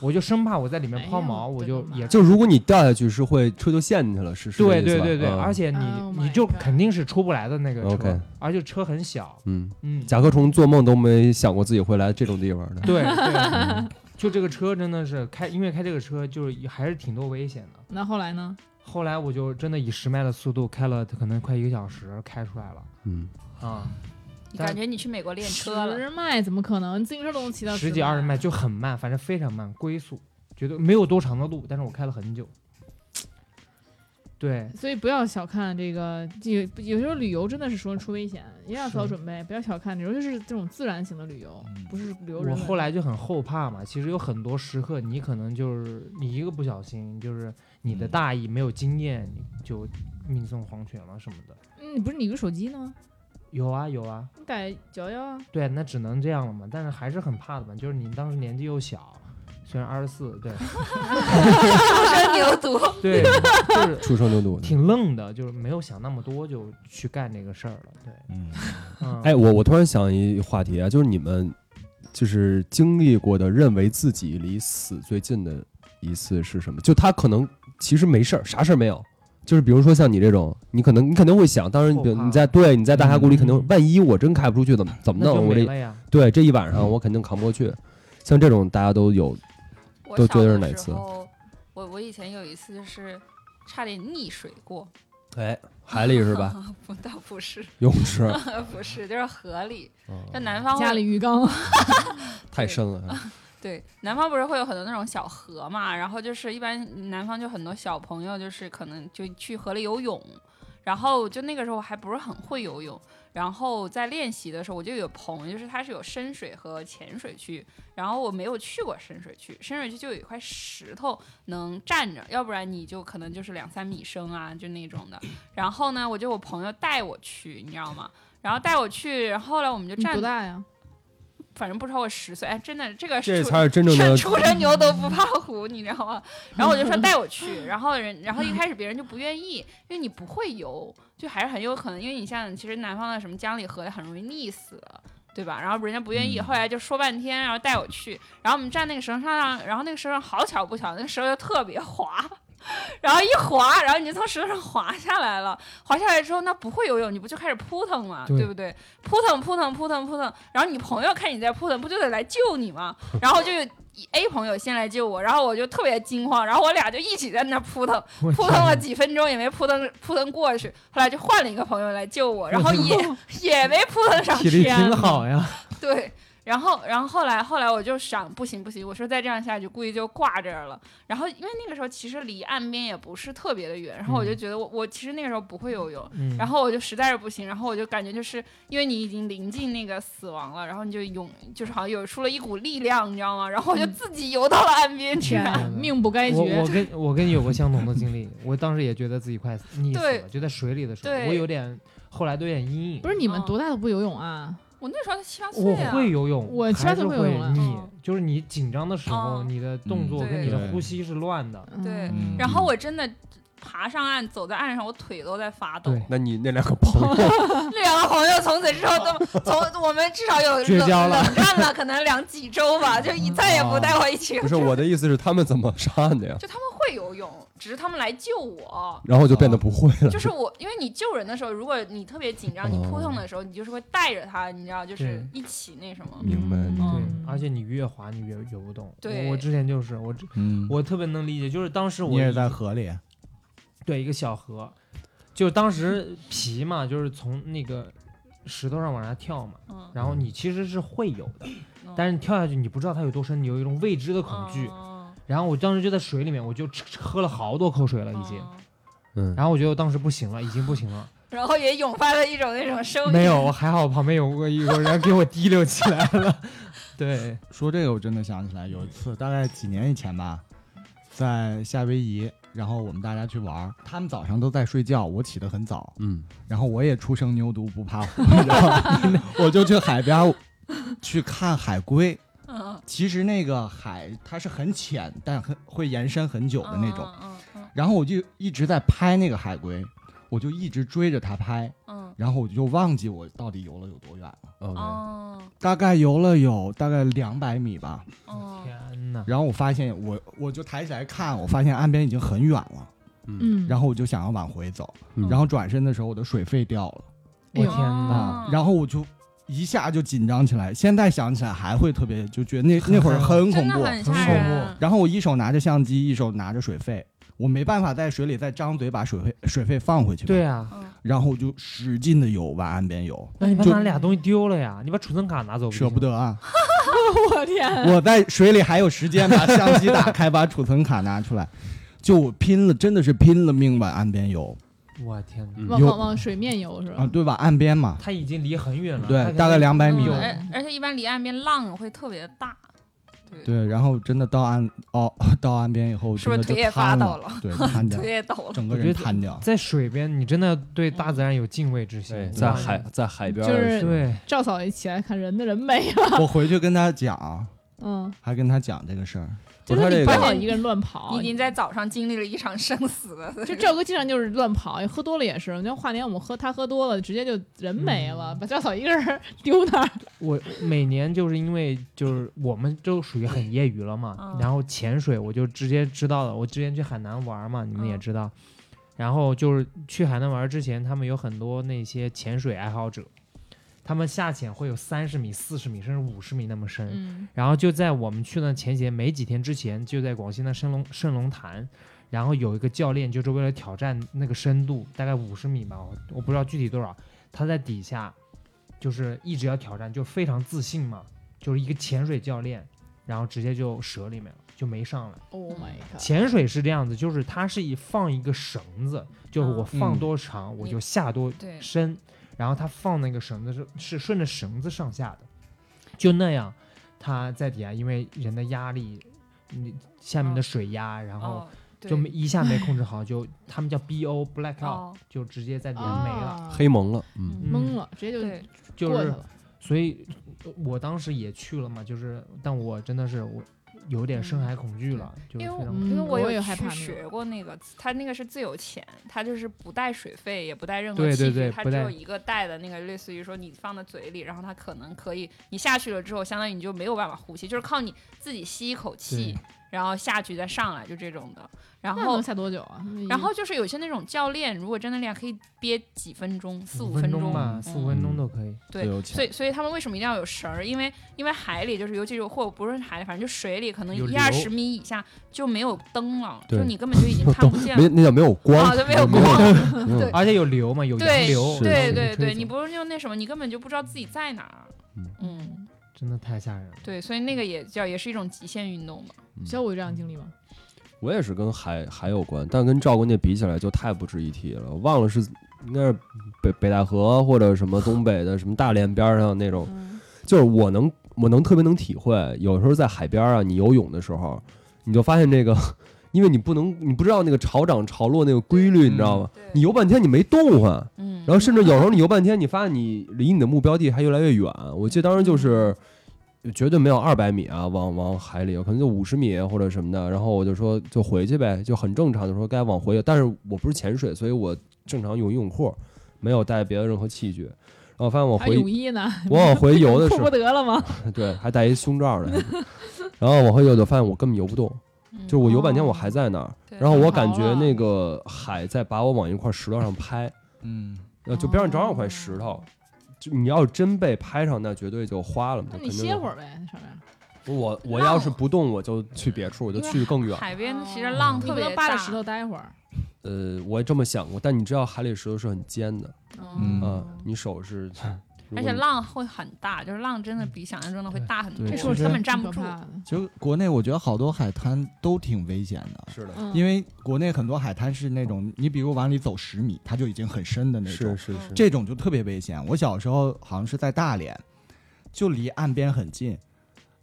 S4: 我就生怕我在里面抛
S2: 哎
S4: 锚，
S2: 呦
S4: 我
S2: 真
S4: 就
S2: 的吗
S4: 也
S6: 就如果你掉下去是会车就陷进去了，是是这
S4: 对
S6: 意思
S4: 对
S6: 吧
S4: 对对，
S6: 嗯
S4: 而且你
S2: Oh
S4: 你
S2: my
S4: 就
S2: God
S4: 肯定是出不来的那个车
S6: OK，
S4: 而且车很小，
S6: 嗯，
S4: 嗯，
S6: 甲壳虫做梦都没想过自己会来这种地方的。
S4: 对对，就这个车真的是开，因为开这个车就是还是挺多危险的。
S2: 那后来呢？
S4: 后来我就真的以十迈的速度开了，可能快一个小时开出来了
S6: 嗯，
S4: 啊，
S5: 你
S4: 但
S5: 感觉你去美国练车了？
S2: 十迈怎么可能？你自行车都能骑到啊
S4: 十几二十迈
S2: 迈，
S4: 就很慢，反正非常慢，龟速，觉得没有多长的路，但是我开了很久。对，
S2: 所以不要小看这个，有有时候旅游真的是说出危险，一定要
S4: 是
S2: 做好准备，不要小看，尤其是这种自然型的旅游
S3: 嗯，
S2: 不是旅游人
S4: 我
S2: 文。
S4: 后来就很后怕嘛，其实有很多时刻，你可能就是你一个不小心，就是你的
S3: 嗯
S4: 大意没有经验，你就命送黄泉了什么的。
S2: 嗯，不是你有手机呢吗？
S4: 有啊有啊，
S2: 你打九幺幺啊。
S4: 对，那只能这样了嘛。但是还是很怕的嘛，就是你当时年纪又小，虽然二十四，对
S5: 初生牛犊，
S4: 对，就是
S6: 出生牛犊。
S4: 挺愣的，就是没有想那么多就去干这个事儿了。对，
S3: 嗯，
S4: 嗯、
S6: 哎，我我突然想一话题啊，就是你们就是经历过的，认为自己离死最近的一次是什么？就他可能其实没事儿，啥事儿没有。就是比如说像你这种，你可能你肯定会想，当然你比如
S4: 后怕
S6: 你在对你在大峡谷里，肯定、
S4: 嗯
S6: 万一我真开不出去怎么怎么
S4: 那就
S6: 弄？我
S4: 没
S6: 这
S4: 了嗯呀。
S6: 对这一晚上我肯定扛不过去。像这种大家都有，
S5: 我
S6: 都
S5: 小
S6: 觉得是哪
S5: 的时
S6: 次
S5: 候，我我以前有一次就是差点溺水过，
S6: 哎，海里是 吧？
S5: 不倒不是
S6: 游泳池，
S5: 不是，就是河里，
S6: 哦
S5: 就南方会
S2: 家里浴缸，
S6: 太深了。
S5: 对，南方不是会有很多那种小河嘛，然后就是一般南方就很多小朋友就是可能就去河里游泳，然后就那个时候还不是很会游泳，然后在练习的时候我就有朋友，就是他是有深水和浅水区，然后我没有去过深水区，深水区就有一块石头能站着，要不然你就可能就是两三米深啊，就那种的。然后呢，我就我朋友带我去，你知道吗？然后带我去，然后后来我们就
S2: 你
S5: 站
S2: 多，大 呀？
S5: 反正不超过十岁。哎，真的，这个
S6: 这
S5: 出
S6: 才是真正的
S5: 是初生牛犊不怕虎，你知道吗？然后我就说带我去，然后人，然后一开始别人就不愿意，因为你不会游，就还是很有可能，因为你像其实南方的什么江里河很容易溺死。对吧？然后人家不愿意，
S3: 嗯
S5: 后来就说半天，然后带我去，然后我们站那个石头上，然后那个石头上好巧不巧，那个石头就特别滑，然后一滑，然后你就从石头上滑下来了，滑下来之后，那不会游泳，你不就开始扑腾吗？
S4: 对
S5: 对不对？扑腾扑腾扑腾扑腾，然后你朋友看你在扑腾，不就得来救你吗？然后就 A 朋友先来救我，然后我就特别惊慌，然后我俩就一起在那扑腾，
S4: 我
S5: 扑腾了几分钟也没扑腾扑腾过去，后来就换了一个朋友来救我，然后也也没扑腾上
S4: 体力
S5: 天
S4: 挺，好呀，
S5: 对。然后，然后后来，后来我就想，不行不行，我说再这样下去，估计就挂这儿了。然后，因为那个时候其实离岸边也不是特别的远，然后我就觉得我、我其实那个时候不会游泳，
S4: 嗯，
S5: 然后我就实在是不行，然后我就感觉就是因为你已经临近那个死亡了，然后你就涌，就是好像有出了一股力量，你知道吗？然后我就
S2: 嗯
S5: 自己游到了岸边去
S2: 天
S5: 了。
S2: 啊， 命不该
S4: 我我
S2: 绝。
S4: 跟我跟你有过相同的经历，我当时也觉得自己快死溺死了，
S5: 对
S4: 就在水里的时候，
S5: 对
S4: 我有点后来都有点阴影。
S2: 不是你们
S5: 嗯
S2: 多大都不游泳啊？
S5: 我那时候才七八岁
S4: 我
S5: 啊，
S4: 会游泳，哦
S2: 我其
S4: 还
S2: 他
S4: 是
S2: 都会
S4: 会
S2: 游泳了
S4: 溺
S5: 嗯，
S4: 就是你紧张的时候，
S5: 嗯
S4: 你的动作
S5: 嗯
S4: 跟你
S5: 对
S4: 的呼吸是乱的。
S5: 对
S2: 嗯
S5: 然后我真的爬上岸，走在岸上，我腿都在发抖。
S4: 对
S6: 那你那两个朋友，
S5: 这 两个朋友从此之后都从我们至少有
S4: 绝
S5: 冷
S4: 交了哦
S5: 冷战了，可能两几周吧，就一再也不带我一起。
S6: 不是我的意思是他们怎么上岸的呀？
S5: 就他们 会游泳，只是他们来 救我。
S6: 然后就变得不会了。
S5: 就是我，因为你救人的时候，如果你特别紧张，你
S4: 哦
S5: 扑腾的时候，你就是会带着他，你知道，就是一起那什
S4: 嗯
S5: 么。
S6: 明白
S4: 对
S2: 嗯，
S4: 而且你越滑你越游不动。
S5: 对
S4: 我我之前就是我之
S3: 嗯，
S4: 我特别能理解，就是当时
S3: 你
S4: 我
S3: 也是在河里，
S4: 对一个小河，就当时皮嘛，就是从那个石头上往下跳嘛，
S5: 嗯，
S4: 然后你其实是会游的，
S5: 嗯
S4: 但是你跳下去你不知道它有多深，你有一种未知的恐惧。
S5: 嗯
S4: 然后我当时就在水里面，我就吃吃喝了好多口水了已经。
S5: 嗯
S6: 嗯，
S4: 然后我觉得我当时不行了，已经不行了。
S5: 然后也涌发了一种那种生命。
S4: 没有，我还好旁边有个有个人给我提溜起来了。对，
S3: 说这个我真的想起来，有一次大概几年以前吧，在夏威夷，然后我们大家去玩儿，他们早上都在睡觉，我起得很早，
S6: 嗯，
S3: 然后我也初生牛犊不怕虎， 然后我就去海边儿去看海龟。
S5: 嗯，
S3: 其实那个海它是很浅，但很会延伸很久
S5: 有
S3: 的那种。。
S5: 嗯嗯
S3: 然后我就一直在拍那个海龟，我就一直追着它拍，
S5: 嗯
S3: 然后我就忘记我到底游了有多远了，
S5: 嗯
S6: o
S5: 哦
S3: 大概游了有大概两百米吧。
S5: 哦，
S4: 天哪！
S3: 然后我发现我我就抬起来看，我发现岸边已经很远了，
S2: 嗯，
S3: 然后我就想要往回走，
S6: 嗯
S3: 然后转身的时候我的水费掉了啊
S2: 哎
S4: 我
S2: 呦
S4: 天哪！
S5: 哦
S3: 然后我就。一下就紧张起来，现在想起来还会特别，就觉得那
S4: 很
S3: 那会儿很恐
S5: 真的
S3: 怖，
S5: 很
S4: 很
S5: 吓
S4: 恐
S5: 人。
S3: 然后我一手拿着相机，一手拿着水费，我没办法在水里再张嘴把水费水费放回去。
S4: 对，啊，
S5: 嗯
S3: 然后我就使劲的游，往岸边游，
S4: 哎那你把
S3: 哎就
S4: 那 俩东西丢了呀？你把储存卡拿走，
S3: 舍不。得 啊！
S2: 我天，
S3: 我在水里还有时间把相机打开，把储存卡拿出来，就我拼了，真的是拼了命往岸边游
S4: 我天哪！
S6: 嗯
S2: 往
S3: 有
S2: 往往水面游是吧
S3: 啊，？对吧？岸边嘛，
S4: 他已经离很远了，它
S3: 对
S4: 可，能
S3: 大概两百米
S4: 有
S5: 嗯
S3: 吧。
S5: 而而且一般离岸边浪会特别大，对，
S3: 对，然后真的到岸哦，到岸边以后
S5: 是
S3: 真
S5: 不
S3: 的
S5: 是
S3: 就
S5: 腿也发
S3: 瘫
S5: 抖
S3: 了，
S5: 了，
S3: 对，瘫掉
S5: 腿，也抖 了？
S3: 整个
S4: 我
S3: 人
S4: 觉得
S3: 瘫掉。
S4: 在水边，你真的要对大自然有敬畏之
S6: 对，
S4: 心。
S6: 在
S4: 哇
S6: 海在海边
S2: 就是
S6: 的时
S4: 嗯
S6: 候
S4: 对，
S2: 赵嫂一起来看人的人没了，
S3: 我回去跟他讲，
S2: 啊嗯，
S3: 还跟他讲这个事儿。
S6: 不
S2: 就是
S6: 他
S2: 是你
S6: 这个
S2: 不好一个人乱跑，
S5: 已经在早上经历了一场生死了。
S2: 就赵哥经常就是乱跑，喝多了也是。你像跨年我们喝他喝多了，直接就人没了，把赵嫂一个人丢那儿。
S4: 我每年就是因为就是我们就属于很业余了嘛
S5: 嗯，
S4: 然后潜水我就直接知道了。我之前去海南玩嘛，你们也
S5: 嗯
S4: 知道。然后就是去海南玩之前，他们有很多那些潜水爱好者，他们下潜会有三十米、四十米甚至五十米那么深。
S2: 嗯，
S4: 然后就在我们去那前些没几天之前，就在广西那升龙升龙潭，然后有一个教练就是为了挑战那个深度，大概五十米吧，我我不知道具体多少，他在底下就是一直要挑战，就非常自信嘛，就是一个潜水教练，然后直接就折里面了，就没上来。
S2: Oh my god！
S4: 潜水是这样子，就是它是以放一个绳子，就是我放多长、我就下多
S5: 对
S4: 深，然后它放那个绳子是是顺着绳子上下的，就那样，它在底下因为人的压力，你下面的
S5: 哦
S4: 水压，然后
S5: 哦，
S4: 就没一下没控制 好，就他们叫 BO blackout，、
S5: 哦，
S4: 就直接在底下没了，
S2: 啊
S6: 黑蒙了，嗯，
S4: 嗯
S2: 懵了，直接就
S5: 对，
S4: 就
S2: 过去
S4: 是
S2: 了。
S4: 所以呃我当时也去了嘛，就是但我真的是我有点深海恐惧了，就是
S5: 嗯因为
S4: 非常
S2: 嗯
S5: 因为
S2: 我也
S5: 有
S2: 害
S5: 去
S2: 怕那个
S5: 学过那个，它那个是自由潜，它就是不带水费，也不带任何
S4: 对
S5: 器
S4: 对
S5: 具，
S4: 对
S5: 它
S4: 不
S5: 只
S4: 带
S5: 有一个带的那个，类似于说你放在嘴里，然后它可能可以，你下去了之后，相当于你就没有办法呼吸，就是靠你自己吸一口气
S4: 对，
S5: 然后下去再上来，就这种的。然
S2: 那
S5: 后
S2: 能下多久啊？
S5: 然后就是有些那种教练，如果真的练，可以憋几分钟，四
S4: 五
S5: 分
S4: 钟吧，
S5: 嗯
S4: 四五分钟都可以。
S5: 对
S3: 自由，潜
S5: 所以所以他们为什么一定要有绳儿？因为因为海里就是尤其是或不是海里，反正就水里，可能
S4: 有
S5: 一
S4: 流
S5: 二十米以下就没有灯了，
S6: 对
S5: 就你根本就已经看不见
S6: 没
S5: 了。
S6: 那叫没有光
S5: 啊，，对，没有
S6: 没
S5: 光
S6: 有。
S5: 对
S6: 嗯
S4: 而且有流嘛，有洋
S5: 对
S4: 流，
S6: 是
S5: 对
S6: 是
S5: 对对，你
S4: 不
S5: 不是就那什么，你根本就不知道自己在哪儿。
S6: 嗯
S5: 嗯，
S4: 真的太吓人了。
S5: 对，所以那个也叫也是一种极限运动嘛。
S2: 小五有这样的经历吗？
S6: 我也是跟海海有关，但跟赵国那比起来就太不值一提了。我忘了是应该是北北戴河或者什么东北的什么大连边儿上那种，
S2: 嗯，
S6: 就是我能我能特别能体会，有时候在海边啊，你游泳的时候，你就发现这个， 因为你不能你不知道那个潮涨潮落那个规律，你知道吗？
S5: 对
S6: 你游半天你没动啊换、
S5: 嗯，
S6: 然后甚至有时候你游半天，你发现你离你的目标地还越来越远。我记得当时就是绝对没有二百米啊，往往海里可能就五十米或者什么的。然后我就说就回去呗，就很正常，就说该往回。但是我不是潜水，所以我正常用游泳裤，没有带别的任何器具。然后发现我
S2: 还有
S6: 回
S2: 泳衣呢，
S6: 我往回游的时
S2: 迫
S6: 候
S2: 不，得了吗？
S6: 对，还带一胸罩呢。 然后往回游就发现我根本游不动，
S5: 嗯
S6: 就是我游半天我还在那儿。
S5: 对
S6: 然后我感
S2: 太
S6: 觉
S2: 好了
S6: 那个海在把我往一块石头上拍。
S3: 嗯，
S6: 呃，就边上正好有块石头，就你要是真被拍上，那绝对就花了嘛。
S2: 那
S6: 就
S2: 你
S6: 肯定
S2: 歇
S6: 就
S2: 会儿呗，上面
S6: 不是我我
S5: 浪
S6: 要是不动，我就去别处，我就
S5: 因为
S6: 去更远。
S5: 海边其实
S2: 哦
S5: 浪
S2: 你
S5: 特
S2: 不
S5: 别
S2: 能扒着石头待会儿。
S6: 呃，我也这么想过，但你知道海里石头是很尖的，
S5: 嗯
S6: 啊、
S2: 嗯
S6: 你手 是，如
S5: 而
S6: 果
S5: 且
S6: 你
S5: 浪会很大，就是浪真的比想象中的会大很多，
S6: 对这
S2: 时候
S5: 根本站不住
S2: 挺。可怕的
S3: 其实国内我觉得好多海滩都挺危险的，
S6: 是的，
S2: 嗯
S3: 因为国内很多海滩是那种你比如往里走十米，它就已经很深的那
S6: 是
S3: 种，
S2: 嗯
S6: 是是，
S3: 这种就特别危险。我小时候好像是在大连，就离岸边很近，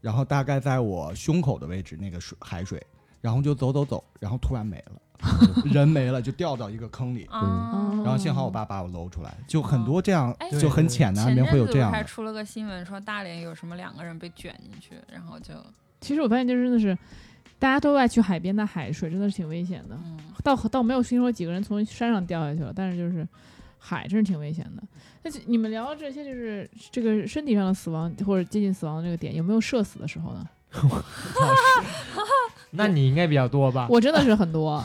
S3: 然后大概在我胸口的位置那个水海水，然后就走走走，然后突然没了，人没了就掉到一个坑里，
S5: 啊
S2: 嗯
S3: 然后幸好我爸把我搂出来，就很多这样
S5: 哎
S3: 就很浅的岸
S5: 前
S3: 边
S5: 阵
S3: 会有
S5: 子
S3: 这
S5: 不
S3: 样
S5: 还
S3: 的，
S5: 出了个新闻，说大连有什么两个人被卷进去，然后就
S2: 其实我发现，就真的是大家都爱去海边，但海水真的是挺危险的。
S5: 嗯，
S2: 倒倒没有听说几个人从山上掉下去了，但是就是海真是挺危险的。那就你们聊到这些，就是这个身体上的死亡或者接近死亡的这个点，有没有社死的时候呢？
S4: 那你应该比较多吧？
S2: 我真的是很多，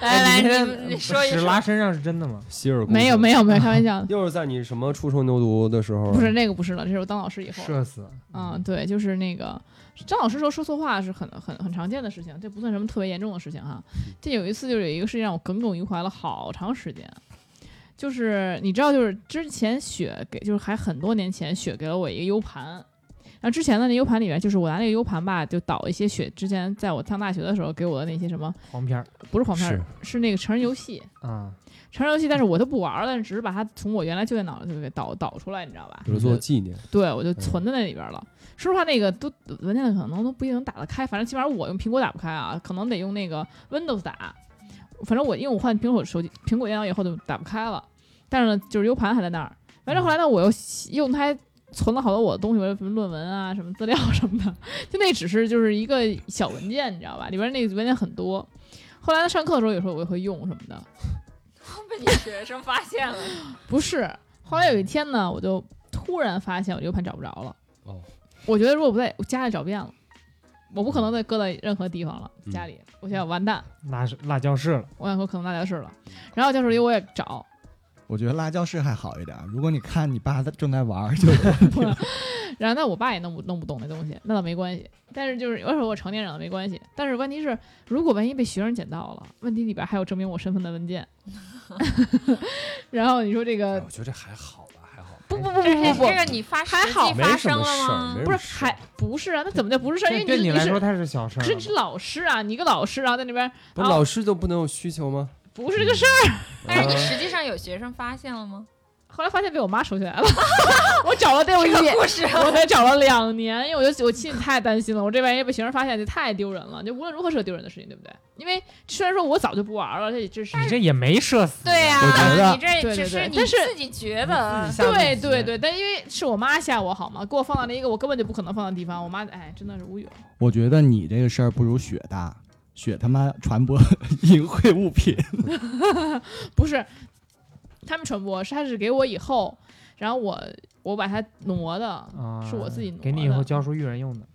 S5: 来 来，
S4: 你
S5: 你
S4: 这
S5: 们你说一
S4: 屎
S5: 说
S4: 拉，身上是真的吗？
S6: 希尔
S2: 没有没有没有，开玩笑的，
S6: 有，又是在你什么初生牛犊的时候，
S2: 不是那个不是了，这是我当老师以后。
S4: 社死。
S2: 嗯，对，就是那个张老师说说错话是很很很常见的事情，这不算什么特别严重的事情哈。这有一次就是有一个事情让我耿耿于怀了好长时间，就是你知道，就是之前雪给，就是还很多年前雪给了我一个 U 盘，然后之前的那 U 盘里面，就是我拿那个 U 盘吧，就导一些雪之前在我上大学的时候给我的那些什么，
S4: 黄片儿
S2: 不是黄片儿，是那个成人游戏，
S4: 啊，
S2: 成人游戏，但是我都不玩儿了，但是只是把它从我原来旧电脑就给导导出来，你知道吧？
S6: 比如做纪念，
S2: 对，我就存在那里边儿了。说实话，那个都文件可能都不一定能打得开，反正起码我用苹果打不开啊，可能得用那个 Windows 打。反正我因为我换苹果手机、苹果电脑以后就打不开了，但是呢，就是 U 盘还在那儿。反正后来呢，我又用它存了好多我的东西，我的什么论文啊、什么资料什么的，就那只是就是一个小文件，你知道吧？里边那个文件很多。后来上课的时候，有时候我也会用什么的。
S5: 被你学生发现了，
S2: 不是，后来有一天呢，我就突然发现我 U 盘找不着了。
S6: 哦，
S2: 我觉得如果不在我家里找遍了，我不可能再搁在任何地方了。
S6: 嗯
S2: 家里，我想完蛋，
S4: 辣是辣教室了，
S2: 我想说可能那教室了。
S6: 嗯
S2: 然后教室里我也找，
S3: 我觉得辣教室还好一点。啊如果你看你爸在正在玩儿，就
S2: 然后那我爸也弄不弄不懂那东西，那倒没关系。但是就是有时候我成年人了没关系，但是问题是，如果万一被学生捡到了，问题里边还有证明我身份的文 件。然后你说这
S6: 哎
S2: 个
S6: 我觉得这还好吧，还好，
S2: 不不不
S5: 这
S2: 不
S5: 是
S2: 不
S5: 这，个你发
S2: 还
S5: 实际
S2: 好
S6: 没
S5: 发
S6: 什
S5: 生
S6: 么
S5: 了
S6: 事儿
S5: 吗
S6: 没？
S2: 不是
S6: 事儿
S2: 还不是啊？那怎么叫不是事儿？因为
S4: 这对
S2: 你
S4: 你
S2: 是
S4: 来说
S2: 是
S4: 它是小事
S2: 可
S4: 儿
S2: 是
S4: 了
S2: 你是
S6: 嗯
S4: 吧。
S2: 老师啊，你一个老师，然后在那边
S6: 不
S2: 啊
S6: 是老师就不能有需求吗？
S2: 不是这
S6: 嗯
S2: 个事儿。
S5: 但是你
S6: 啊
S5: 实际上有学生发现了吗？
S2: 后来发现被我妈收起来了， 我找了得有一年，
S5: 故事
S2: 我才找了两年，因为我就我心里太担心了，我这万一被学生发现，这太丢人了，就无论如何是个丢人的事情，对不对？因为虽然说我早就不玩了，这这是
S4: 你这也没社死，
S5: 对呀、
S3: 我觉得
S5: 你这
S2: 对
S5: 只
S2: 对
S5: 是
S2: 对
S5: 你
S2: 但是
S5: 自己觉得
S4: 你自己吓自
S2: 对
S4: 己
S2: 对对，但因为是我妈吓我好吗？给我放到了一个我根本就不可能放的地方，我妈哎真的是无语了。
S3: 我觉得你这个事儿不如雪大，雪他妈传播 淫秽物品，
S2: 不是，他们传播是他是给我以后，然后我我把它挪的，
S6: 嗯
S4: 啊，
S2: 是我自己挪的
S4: 给你以后教书育人用的。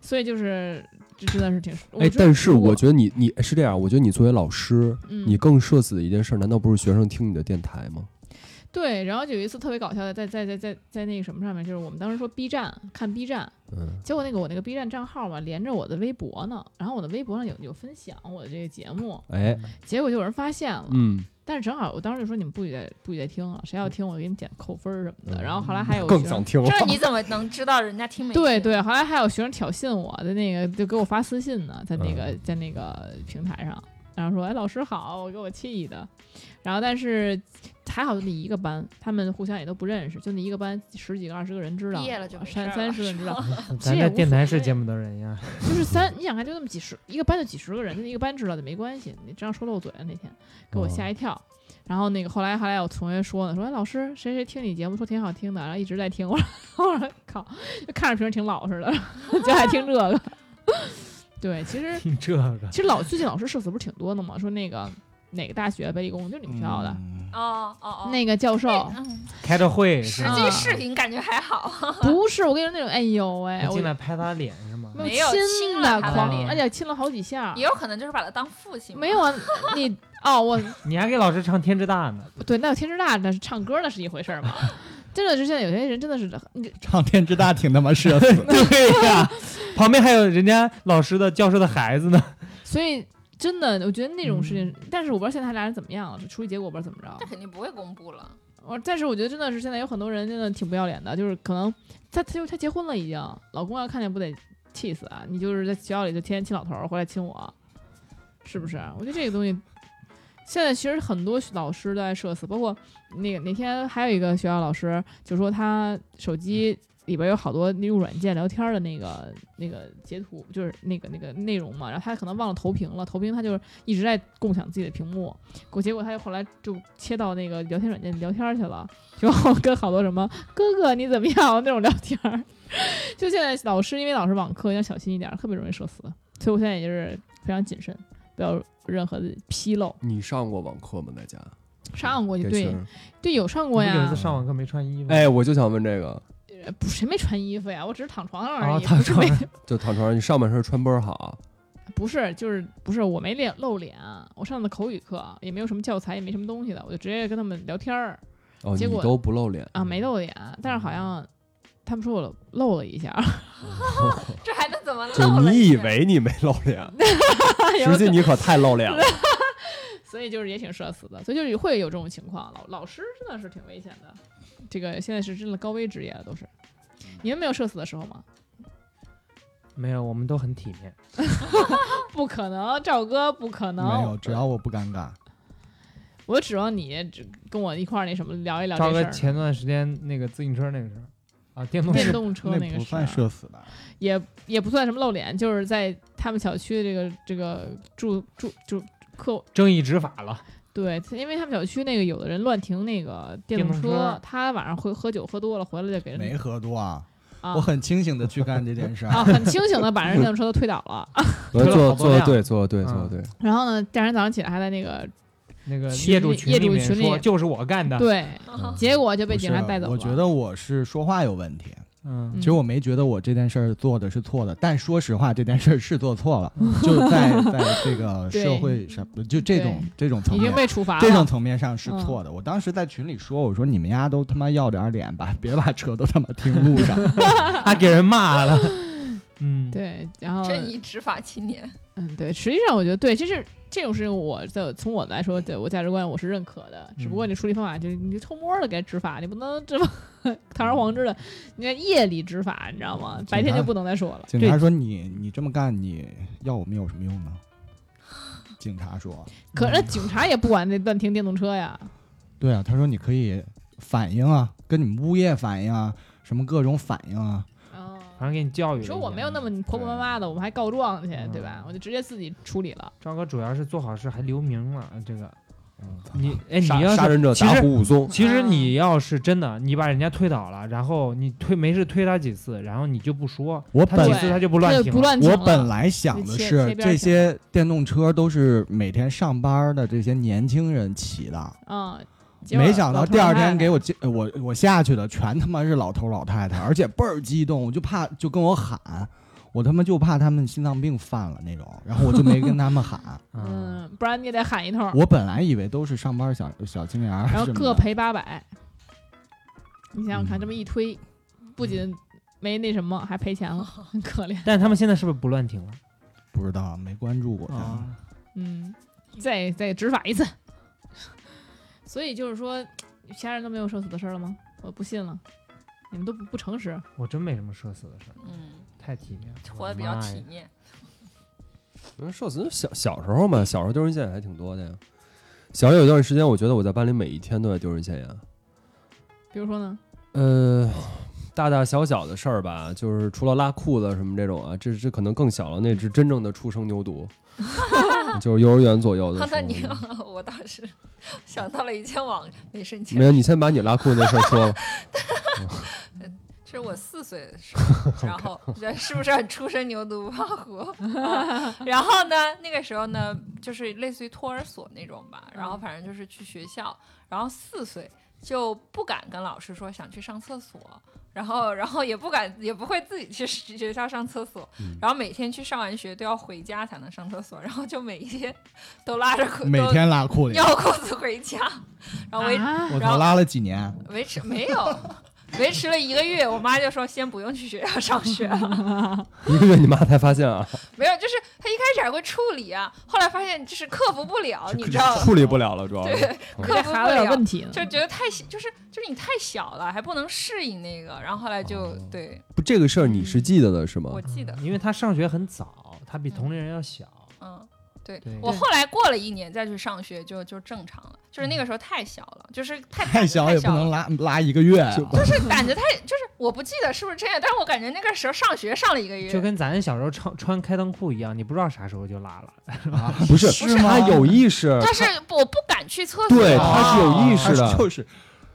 S2: 所以就是这真的是挺我
S6: 哎，
S2: 觉得
S6: 但是
S2: 如果
S6: 我觉得你你是这样，我觉得你作为老师，
S2: 嗯
S6: 你更社死的一件事，难道不是学生听你的电台吗？
S2: 对，然后有一次特别搞笑的，在在在在在那个什么上面，就是我们当时说 B 站看 B 站，
S6: 嗯，
S2: 结果那个我那个 B 站账号嘛，连着我的微博呢，然后我的微博上有有分享我的这个节目，
S6: 哎，
S2: 结果就有人发现了，
S6: 嗯，
S2: 但是正好我当时就说你们不许再不许再听了，谁要听我给你们减扣分儿什么的，
S6: 嗯
S2: 然后后来还有
S6: 更
S2: 学
S6: 想
S2: 生。
S6: 听了。
S5: 这你怎么能知道人家听没听？
S2: 对对，后来还有学生挑衅我的那个，就给我发私信呢，在那个、在那个平台上，然后说：“哎，老师好！”我给我气的。然后但是还好就那一个班，他们互相也都不认识，就那一个班十几个、二十个人知道，
S5: 毕业了就没事
S2: 三
S5: 儿
S2: 三
S5: 了
S2: 十个人知道，其实
S4: 咱
S2: 也
S4: 这
S2: 无
S4: 电
S2: 所
S4: 台是
S2: 谓
S4: 见不得人呀，
S2: 就是三，你想看就那么几十，一个班就几十个人，就一个班知道的没关系。你这样说漏嘴了啊那天，给我吓一跳。然后那个后来后来有同学说呢，说哎老师谁谁听你节目说挺好听的，然后一直在听我，我说靠，就看着平时挺老实的， 就爱听这个。 对，其实
S4: 听这个
S2: 其实老最近老师社死不是挺多的吗？说那个哪个大学北理工就是你们学校的、
S3: 嗯
S5: 哦哦哦，
S2: 那个教授，
S5: 嗯，
S4: 开着会
S5: 实
S4: 是吧？
S5: 际视频感觉还好，
S2: 不是我跟你说那种哎呦喂、
S4: 还
S2: 我
S4: 进来拍他脸是吗？
S5: 没有
S2: 亲
S5: 亲
S2: 的
S5: 了他
S4: 的
S2: 狂，
S4: 脸
S2: 而且亲了好几下
S5: 也。有可能就是把它当父亲。
S2: 没有，啊，你 哦，我
S4: 你还给老师唱《天之大》呢？
S2: 对，那有天之大，那是唱歌那是一回事儿嘛。真的，就现在有些人真的是，你
S3: 唱天之大挺他妈社死的。
S4: 对呀、旁边还有人家老师的教授的孩子呢。
S2: 所以真的，我觉得那种事情，但是我不知道现在他俩人怎么样了，这处理结果我不知道怎么着
S5: 那。肯定不会公布了。
S2: 我但是我觉得真的是现在有很多人真的挺不要脸的，就是可能他他就他结婚了已经，老公要看见不得气死啊！你就是在学校里就天天亲老头儿，回来亲我，是不是？啊我觉得这个东西。现在其实很多老师都在社死，包括那个那天还有一个学校老师就说他手机里边有好多用软件聊天的那个那个截图，就是那个那个内容嘛，然后他可能忘了投屏了，投屏他就是一直在共享自己的屏幕，果结果他就后来就切到那个聊天软件聊天去了，就跟好多什么哥哥你怎么样啊那种聊天儿。 就现在老师因为老师网课要小心一点儿，特别容易社死，所以我现在也就是非常谨慎，不要有任何的纰漏。
S6: 你上过网课吗？在家？
S2: 上过就
S6: 给学
S2: 对
S6: 生
S2: 对有上
S4: 我
S2: 过
S4: 有一
S2: 呀
S4: 次，上网课没穿衣服，
S6: 哎，我就想问这个，
S2: 呃不谁没穿衣服呀？我只是躺床上
S4: 哦
S2: 而已，
S4: 躺
S2: 不是
S4: 床
S2: 没
S4: 上
S6: 就躺床上，你上半身穿倍儿好，
S2: 不是就是不是我没脸露脸，我上的口语课也没有什么教材，也没什么东西的，我就直接跟他们聊天儿
S6: 哦，
S2: 结
S6: 你
S2: 果
S6: 都不露脸
S2: 啊，没露脸，但是好像他们说我露了一下，
S5: 这还能怎么
S6: 就
S5: 漏了一
S6: 你以
S5: 下
S6: 为你没露脸，
S2: 有
S6: 实际你可太露脸了。
S2: 所以就是也挺社死的，所以就是会有这种情况。老老师真的是挺危险的，这个现在是真的高危职业了，都是。
S4: 嗯
S2: 你们没有社死的时候吗？
S4: 没有，我们都很体面。
S2: 不可能，赵哥不可能。
S3: 没有，只要我不尴尬，
S2: 我指望你只跟我一块儿那什么聊一聊
S4: 赵
S2: 这
S4: 哥
S2: 事儿。
S4: 前段时间那个自行车那个事儿啊，电动
S2: 电
S4: 车
S2: 动车
S3: 那
S2: 个啊
S3: 不
S2: 事
S3: 算
S2: 儿，
S3: 社死吧？
S2: 也也不算什么露脸，就是在他们小区的这个这个住住住客
S4: 争议执法了，
S2: 对，因为他们小区那个有的人乱停那个电
S4: 电
S2: 动
S4: 动车
S2: 他晚上回喝酒喝多了回来就给人
S3: 没喝多啊，
S2: 啊
S3: 我很清醒的去干这件事儿。
S2: 啊 很清醒的把人电动车都推倒了，
S6: 我
S4: 推了
S6: 呃做
S4: 好多
S6: 做的
S4: 辆
S6: 对，做的对，做的
S4: 嗯
S6: 对。
S2: 然后呢，第二天早上起来还在那个
S4: 那个
S2: 群
S4: 业主
S2: 里业
S4: 里
S2: 主
S4: 面
S2: 群里
S4: 说就是我干的，，
S2: 对，
S6: 嗯
S2: 结果就被
S3: 啊不是
S2: 警察带走了。
S3: 我觉得我是说话有问题。
S4: 嗯
S2: 嗯
S3: 其实我没觉得我这件事儿做的是错的，但说实话，这件事儿是做错了，就在在 这个
S2: 嗯对
S3: 社会上，就这种这种层
S2: 已经
S3: 面。
S2: 被处罚
S3: 这种
S2: 了。嗯
S3: 层面上是错的。我当时在群里说：“我说你们丫都他妈要点儿脸吧，别把 车都他妈停路 上。
S4: 还给人骂了，嗯，
S2: 对，然后
S5: 正义执法青年，
S2: 嗯，对，实际上我觉得对，就是这种事情我，在从我来说，对我价值观我是认可的。只不过
S4: 嗯
S2: 你处理方法就是你偷摸的给执法，你不能这么 堂而皇之的，你在夜里执法，你知道吗？白天就不能再说了”。
S3: 嗯警察说：“你你这么干，你要我们有什么用呢？”警察说
S2: 可是警察也不管那乱停电动车呀，：“
S3: 对啊，他说你可以反映啊，跟你们物业反映啊，什么各种反映啊。
S2: 哦
S4: 反正给你教育了
S2: 你
S4: 一下。
S2: 说我没有那么婆婆妈妈的，我们还告状去，对吧
S4: 嗯？
S2: 我就直接自己处理了。
S4: 赵哥主要是做好事还留名了，这个
S3: 嗯”
S4: 你哎，你
S6: 啊杀
S4: 要
S6: 杀
S4: 是
S6: 人者
S4: 其
S6: 打
S4: 实
S6: 虎武松，
S4: 其
S2: 啊
S4: 实你要是真的，你把人家推倒了，然后你推没事推他几次，然后你就不说，
S3: 我
S4: 他
S3: 本
S4: 几次他就不
S2: 他
S4: 乱
S2: 就
S4: 停
S2: 不
S4: 了。
S2: 乱停
S3: 我
S2: 了。
S3: 本来想的
S2: 切
S3: 是
S2: 切，边儿
S3: 这
S2: 去
S3: 些电动车都是每天上班的这些年轻人骑的，
S2: 嗯，结果
S3: 没想到
S2: 老头
S3: 第
S2: 老
S3: 二
S2: 太
S3: 天
S2: 太
S3: 给我接呃我我下去的全他妈是老头老太太，而且倍儿激动，我就怕就跟我喊，我他妈就怕他们心脏病犯了那种，然后我就没跟他 们喊。
S4: 嗯，
S2: 嗯，不然你也得喊一通，
S3: 我本来以为都是上班小小青年儿什
S2: 然
S3: 么
S2: 后
S3: 的，
S2: 各赔八百。你想想看，
S3: 嗯
S2: 这么一推，不仅没那什么，还赔钱了，很可怜。
S4: 但是他们现在是不是不乱停了？
S3: 不知道没关注过他们。
S6: 啊
S2: 嗯，再再执法一次。 所以就是说，其他人都没有社死的事儿了吗？我不信了，你们都不不诚实。
S4: 我真没什么社死的事儿，
S5: 嗯，
S4: 太体面了，
S5: 活得比较体面。
S6: 嗯瘦子小小时候嘛，小时候丢人现眼还挺多的呀。小时候有一段时间，我觉得我在班里每一天都在丢人现眼。
S2: 比如说呢，
S6: 呃，大大小小的事儿吧，就是除了拉裤子什么这种啊，这这可能更小了，那是真正的初生牛犊，就是幼儿园左右 的时
S5: 那
S6: 候。
S5: 你，我当时想到了一件往没生气
S6: 没，有，你先把你拉裤子那事儿说了。
S5: 是我四岁的时 候，然后人是不是很初生牛犊不怕虎？啊然后呢，那个时候呢，就是类似于托儿所那种吧，然
S3: 嗯
S5: 后反正就是去学校，然后四岁就不敢跟老师说想去上厕所。然后，然后也不敢，也不会自己去学校上厕所，
S3: 嗯
S5: 然后每天去上完学都要回家才能上厕所，然后就每天都拉着裤，
S3: 每
S5: 都
S3: 天拉裤里，
S5: 尿裤子回家，然后维
S2: 啊，
S3: 我
S5: 然
S3: 操，
S5: 后
S3: 拉了几年，
S5: 维持没有， 维持了一个月，我妈就说先不用去学校上 学了，
S6: 一个月你妈才发现啊，
S5: 没有，就是她一开始还会处理啊，后来发现就是克服不了，你知道吗，
S6: 处理不了了，主要是。
S5: 对，
S6: 嗯
S5: 克
S2: 这
S5: 服
S2: 孩
S5: 不
S2: 子有点
S5: 了
S2: 问，题呢。
S5: 就觉得太小，就是就是你太小了，还不能适应那个，然后后来就
S6: 哦
S5: 对
S6: 不，这个事儿你是记得的是吗
S5: 我？记得，
S4: 嗯因为他上学很早，他比同龄人要小。
S5: 嗯。对
S4: 对
S5: 我后来过了一年再去上学就就正常了，就是那个时候太小了，就是太
S3: 太
S5: 太小
S3: 小也不能
S5: 了
S3: 拉拉一个月啊。
S6: 就
S5: 就是感觉太就是我不记得是不是这样，但是我感觉那个时候上学上了一个月，
S4: 就跟咱小时候穿穿开裆裤一样，你不知道啥时候就拉了。
S3: 啊
S6: 不是
S3: 是吗
S6: 他有意识，
S5: 但是我不敢去厕所，
S6: 对，
S3: 啊
S6: 他是有
S3: 他
S6: 意识的。
S3: 就是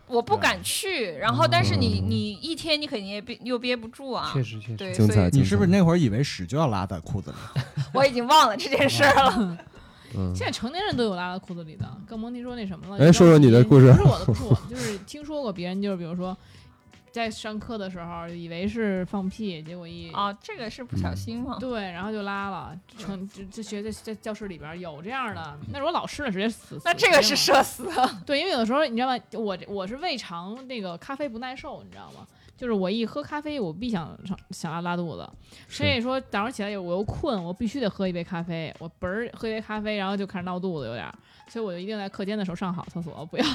S5: 我不敢去。然后，但是你你一天你肯定也憋又憋不住啊
S4: 确。实确实，
S5: 对，
S6: 精
S5: 所
S6: 彩
S5: 以
S6: 精
S3: 你
S6: 彩
S3: 是不是那会儿以为屎就要拉在裤子里？
S5: 我已经忘了这件事 儿了。
S6: 嗯
S2: 现在成年人都有拉到裤子里的，更甭提说那什么了。
S6: 哎
S2: 你
S6: 说
S2: 知道
S6: 说你的
S2: 别人不是
S6: 故事
S2: 我的，不是我的，就是听说过别人，就是比如说在上课的时候，以为是放屁，结果一、
S5: 啊，这个是
S4: 嗯
S5: 不小心吗？
S2: 对，然后就拉了，成就就学在在教室里边有这样的。那如果老师呢，直接死。
S5: 那
S2: 死
S5: 这
S2: 定
S5: 个
S2: 了
S5: 是社死啊，
S2: 对，因为有的时候你知道吗？我我是胃肠那个咖啡不耐受，你知道吗？就是我一喝咖啡，我必想上想要拉肚子。所以说早上起来我又困，我必须得喝一杯咖啡。我嘣儿喝一杯咖啡，然后就开始闹肚子，有点儿。所以我就一定在课间的时候上好厕所，不要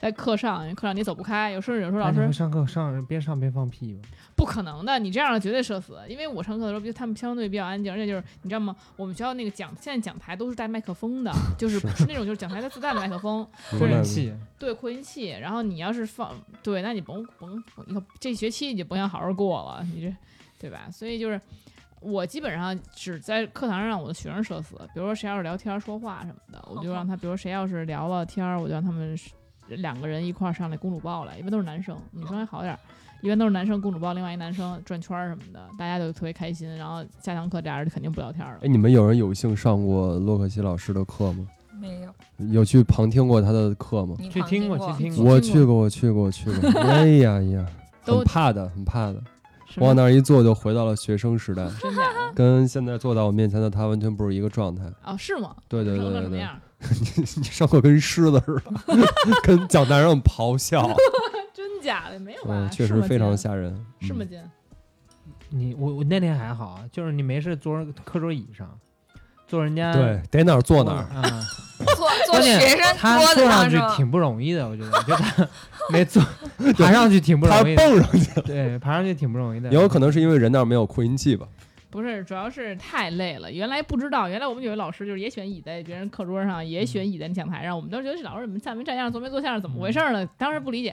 S2: 在课上，因为课上你走不开。有时候有时候老
S4: 那你
S2: 师
S4: 会上课上边上边放屁吗？
S2: 不可能的，你这样绝对社死。因为我上课的时候，比他们相对比较安静，而且就是你知道吗？我们学校那个讲现在讲台都是带麦克风的，就是不是那种就是讲台它自带的麦克风。
S4: 吹人气，
S2: 对扩音器，然后你要是放对，那你甭甭，你可这学期你就甭想好好过了，你这对吧？所以就是，我基本上只在课堂上让我的学生社死，比如说谁要是聊天儿说话什么的，我就让他，比如说谁要是聊了天儿，我就让他们是两个人一块儿上来公主抱来，一般都是男生，女生还好点儿，一般都是男生公主抱，另外一男生转圈儿什么的，大家就特别开心。然后下堂课俩人就肯定不聊天儿了
S6: 哎，。你们有人有幸上过洛克希老师的课吗？
S7: 没有，
S6: 有去旁听过他的课吗？
S7: 你
S4: 去
S7: 旁
S4: 听
S7: 过，
S4: 过去听过，
S6: 我去过，我去过，我去过。哎呀呀，
S2: 都
S6: 很怕的，很怕的。
S2: 是
S6: 往
S2: 吗
S6: 那儿一坐，就回到了学生时代，
S2: 真假的？
S6: 跟现在坐在我面前的他完全不是一个状态。
S2: 哦，是吗？
S6: 对对
S2: 说
S6: 对
S2: 成什么
S6: 对对
S2: 样，儿？
S6: 你 上课跟狮子似的，跟讲台上咆 哮，
S2: 真假的没有吧
S6: 嗯，？确
S2: 是
S6: 实
S2: 吗
S6: 非常
S2: 金
S6: 吓人。
S2: 是吗？
S6: 嗯
S2: 金？
S4: 你我我那天还好啊，就是你没事坐人课桌椅上，坐人家
S6: 对，逮哪儿坐哪儿。
S4: 啊。
S7: 做做
S4: 关键
S7: 学生
S4: 他
S7: 桌
S4: 坐
S7: 子
S4: 上
S7: 上
S4: 去
S7: 是吧？
S4: 挺不容易的，我觉得，我觉得他 没坐爬上去
S2: 嗯
S4: 挺不
S6: 他
S4: 容易的，
S6: 蹦上去，
S4: 对，爬上去挺不容易的。
S6: 也有可能是因为人那儿没有扩音器吧？
S2: 不是，主要是太累了。原来不知道，原来我们有位老师就是也选倚在别人课桌上，也
S6: 嗯
S2: 选倚在讲台上。我们都觉得这老师怎么站没站样，坐没坐相，怎么回事呢？当时不理解，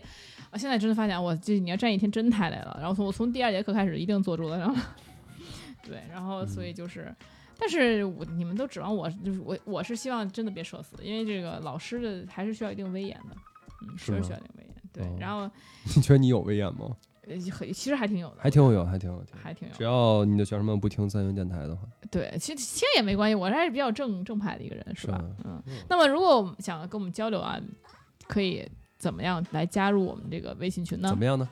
S2: 啊，现在真的发现，我这你要站一天真太累了。然后从我从第二节课开始，一定坐桌子上了。对，然后所以
S6: 嗯
S2: 就是。但是我你们都指望我，就是我我是希望真的别社死，因为这个老师的还是需要一定威严的，嗯，
S6: 是
S2: 确实
S6: 吗
S2: 需要一定威严。对，
S6: 哦
S2: 然后
S6: 你觉得你有威严吗？
S2: 呃很其实还挺有的，
S6: 还挺有，还挺有，挺有。
S2: 还挺有的
S6: 只。要你的学生们不听三元电台的话，
S2: 对，其实其实也没关系，我还是比较正正派的一个人，是吧？
S6: 是啊
S2: 嗯。那么，如果想跟我们交流啊，可以怎么样来加入我们这个微信群呢
S6: 怎？么样呢？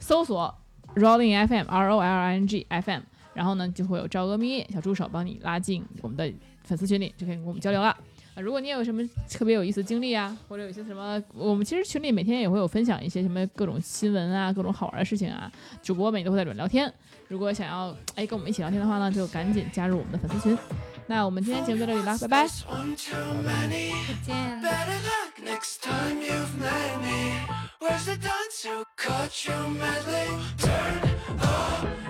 S2: 搜索 Rolling FM R O L I N G F M，然后呢就会有赵阿咪小助手帮你拉进我们的粉丝群里，就可以跟我们交流了。啊如果你有什么特别有意思的经历啊，或者有一些什么，我们其实群里每天也会有分享一些什么各种新闻啊、各种好玩的事情啊，主播们也都会在里面聊天。如果想要哎跟我们一起聊天的话呢，就赶紧加入我们的粉丝群。那我们今天节目就到这里啦，拜拜。
S1: That's one too many.
S7: 见。
S1: Better luck next time you've met me. Where's the dunce who caught you meddling? Turn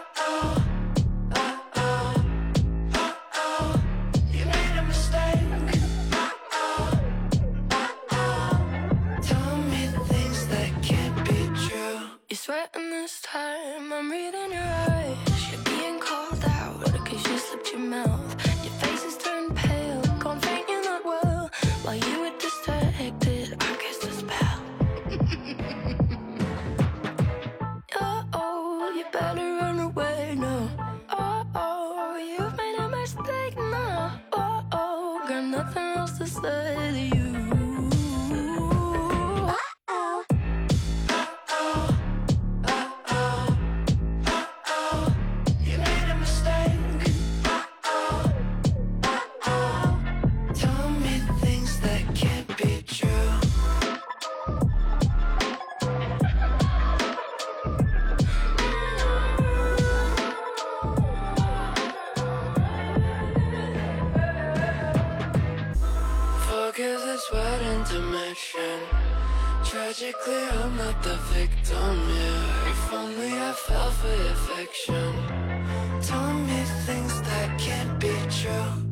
S1: around. Uh oh. Uh oh. Uh oh. You made a mistake. Uh oh. Uh oh. Tell me things that can't be true.
S8: You're sweating this time, I'm reading your eyes. You're being called out, cause you slipped your mouth. Your face has turned pale, gone faint, you're not well. While you were distracted, I cast a spell. oh, oh, you better run away now. Oh, oh, you've made a mistake now. Oh, oh, got nothing else to say to you. Oh, oh.
S1: You made a mistake. Uh-oh. Uh-oh. Tell me things that can't be true. Forgive this word intermission. Tragically, I'm not the victim here. If only I fell for your fiction. Tell me things that can't be true.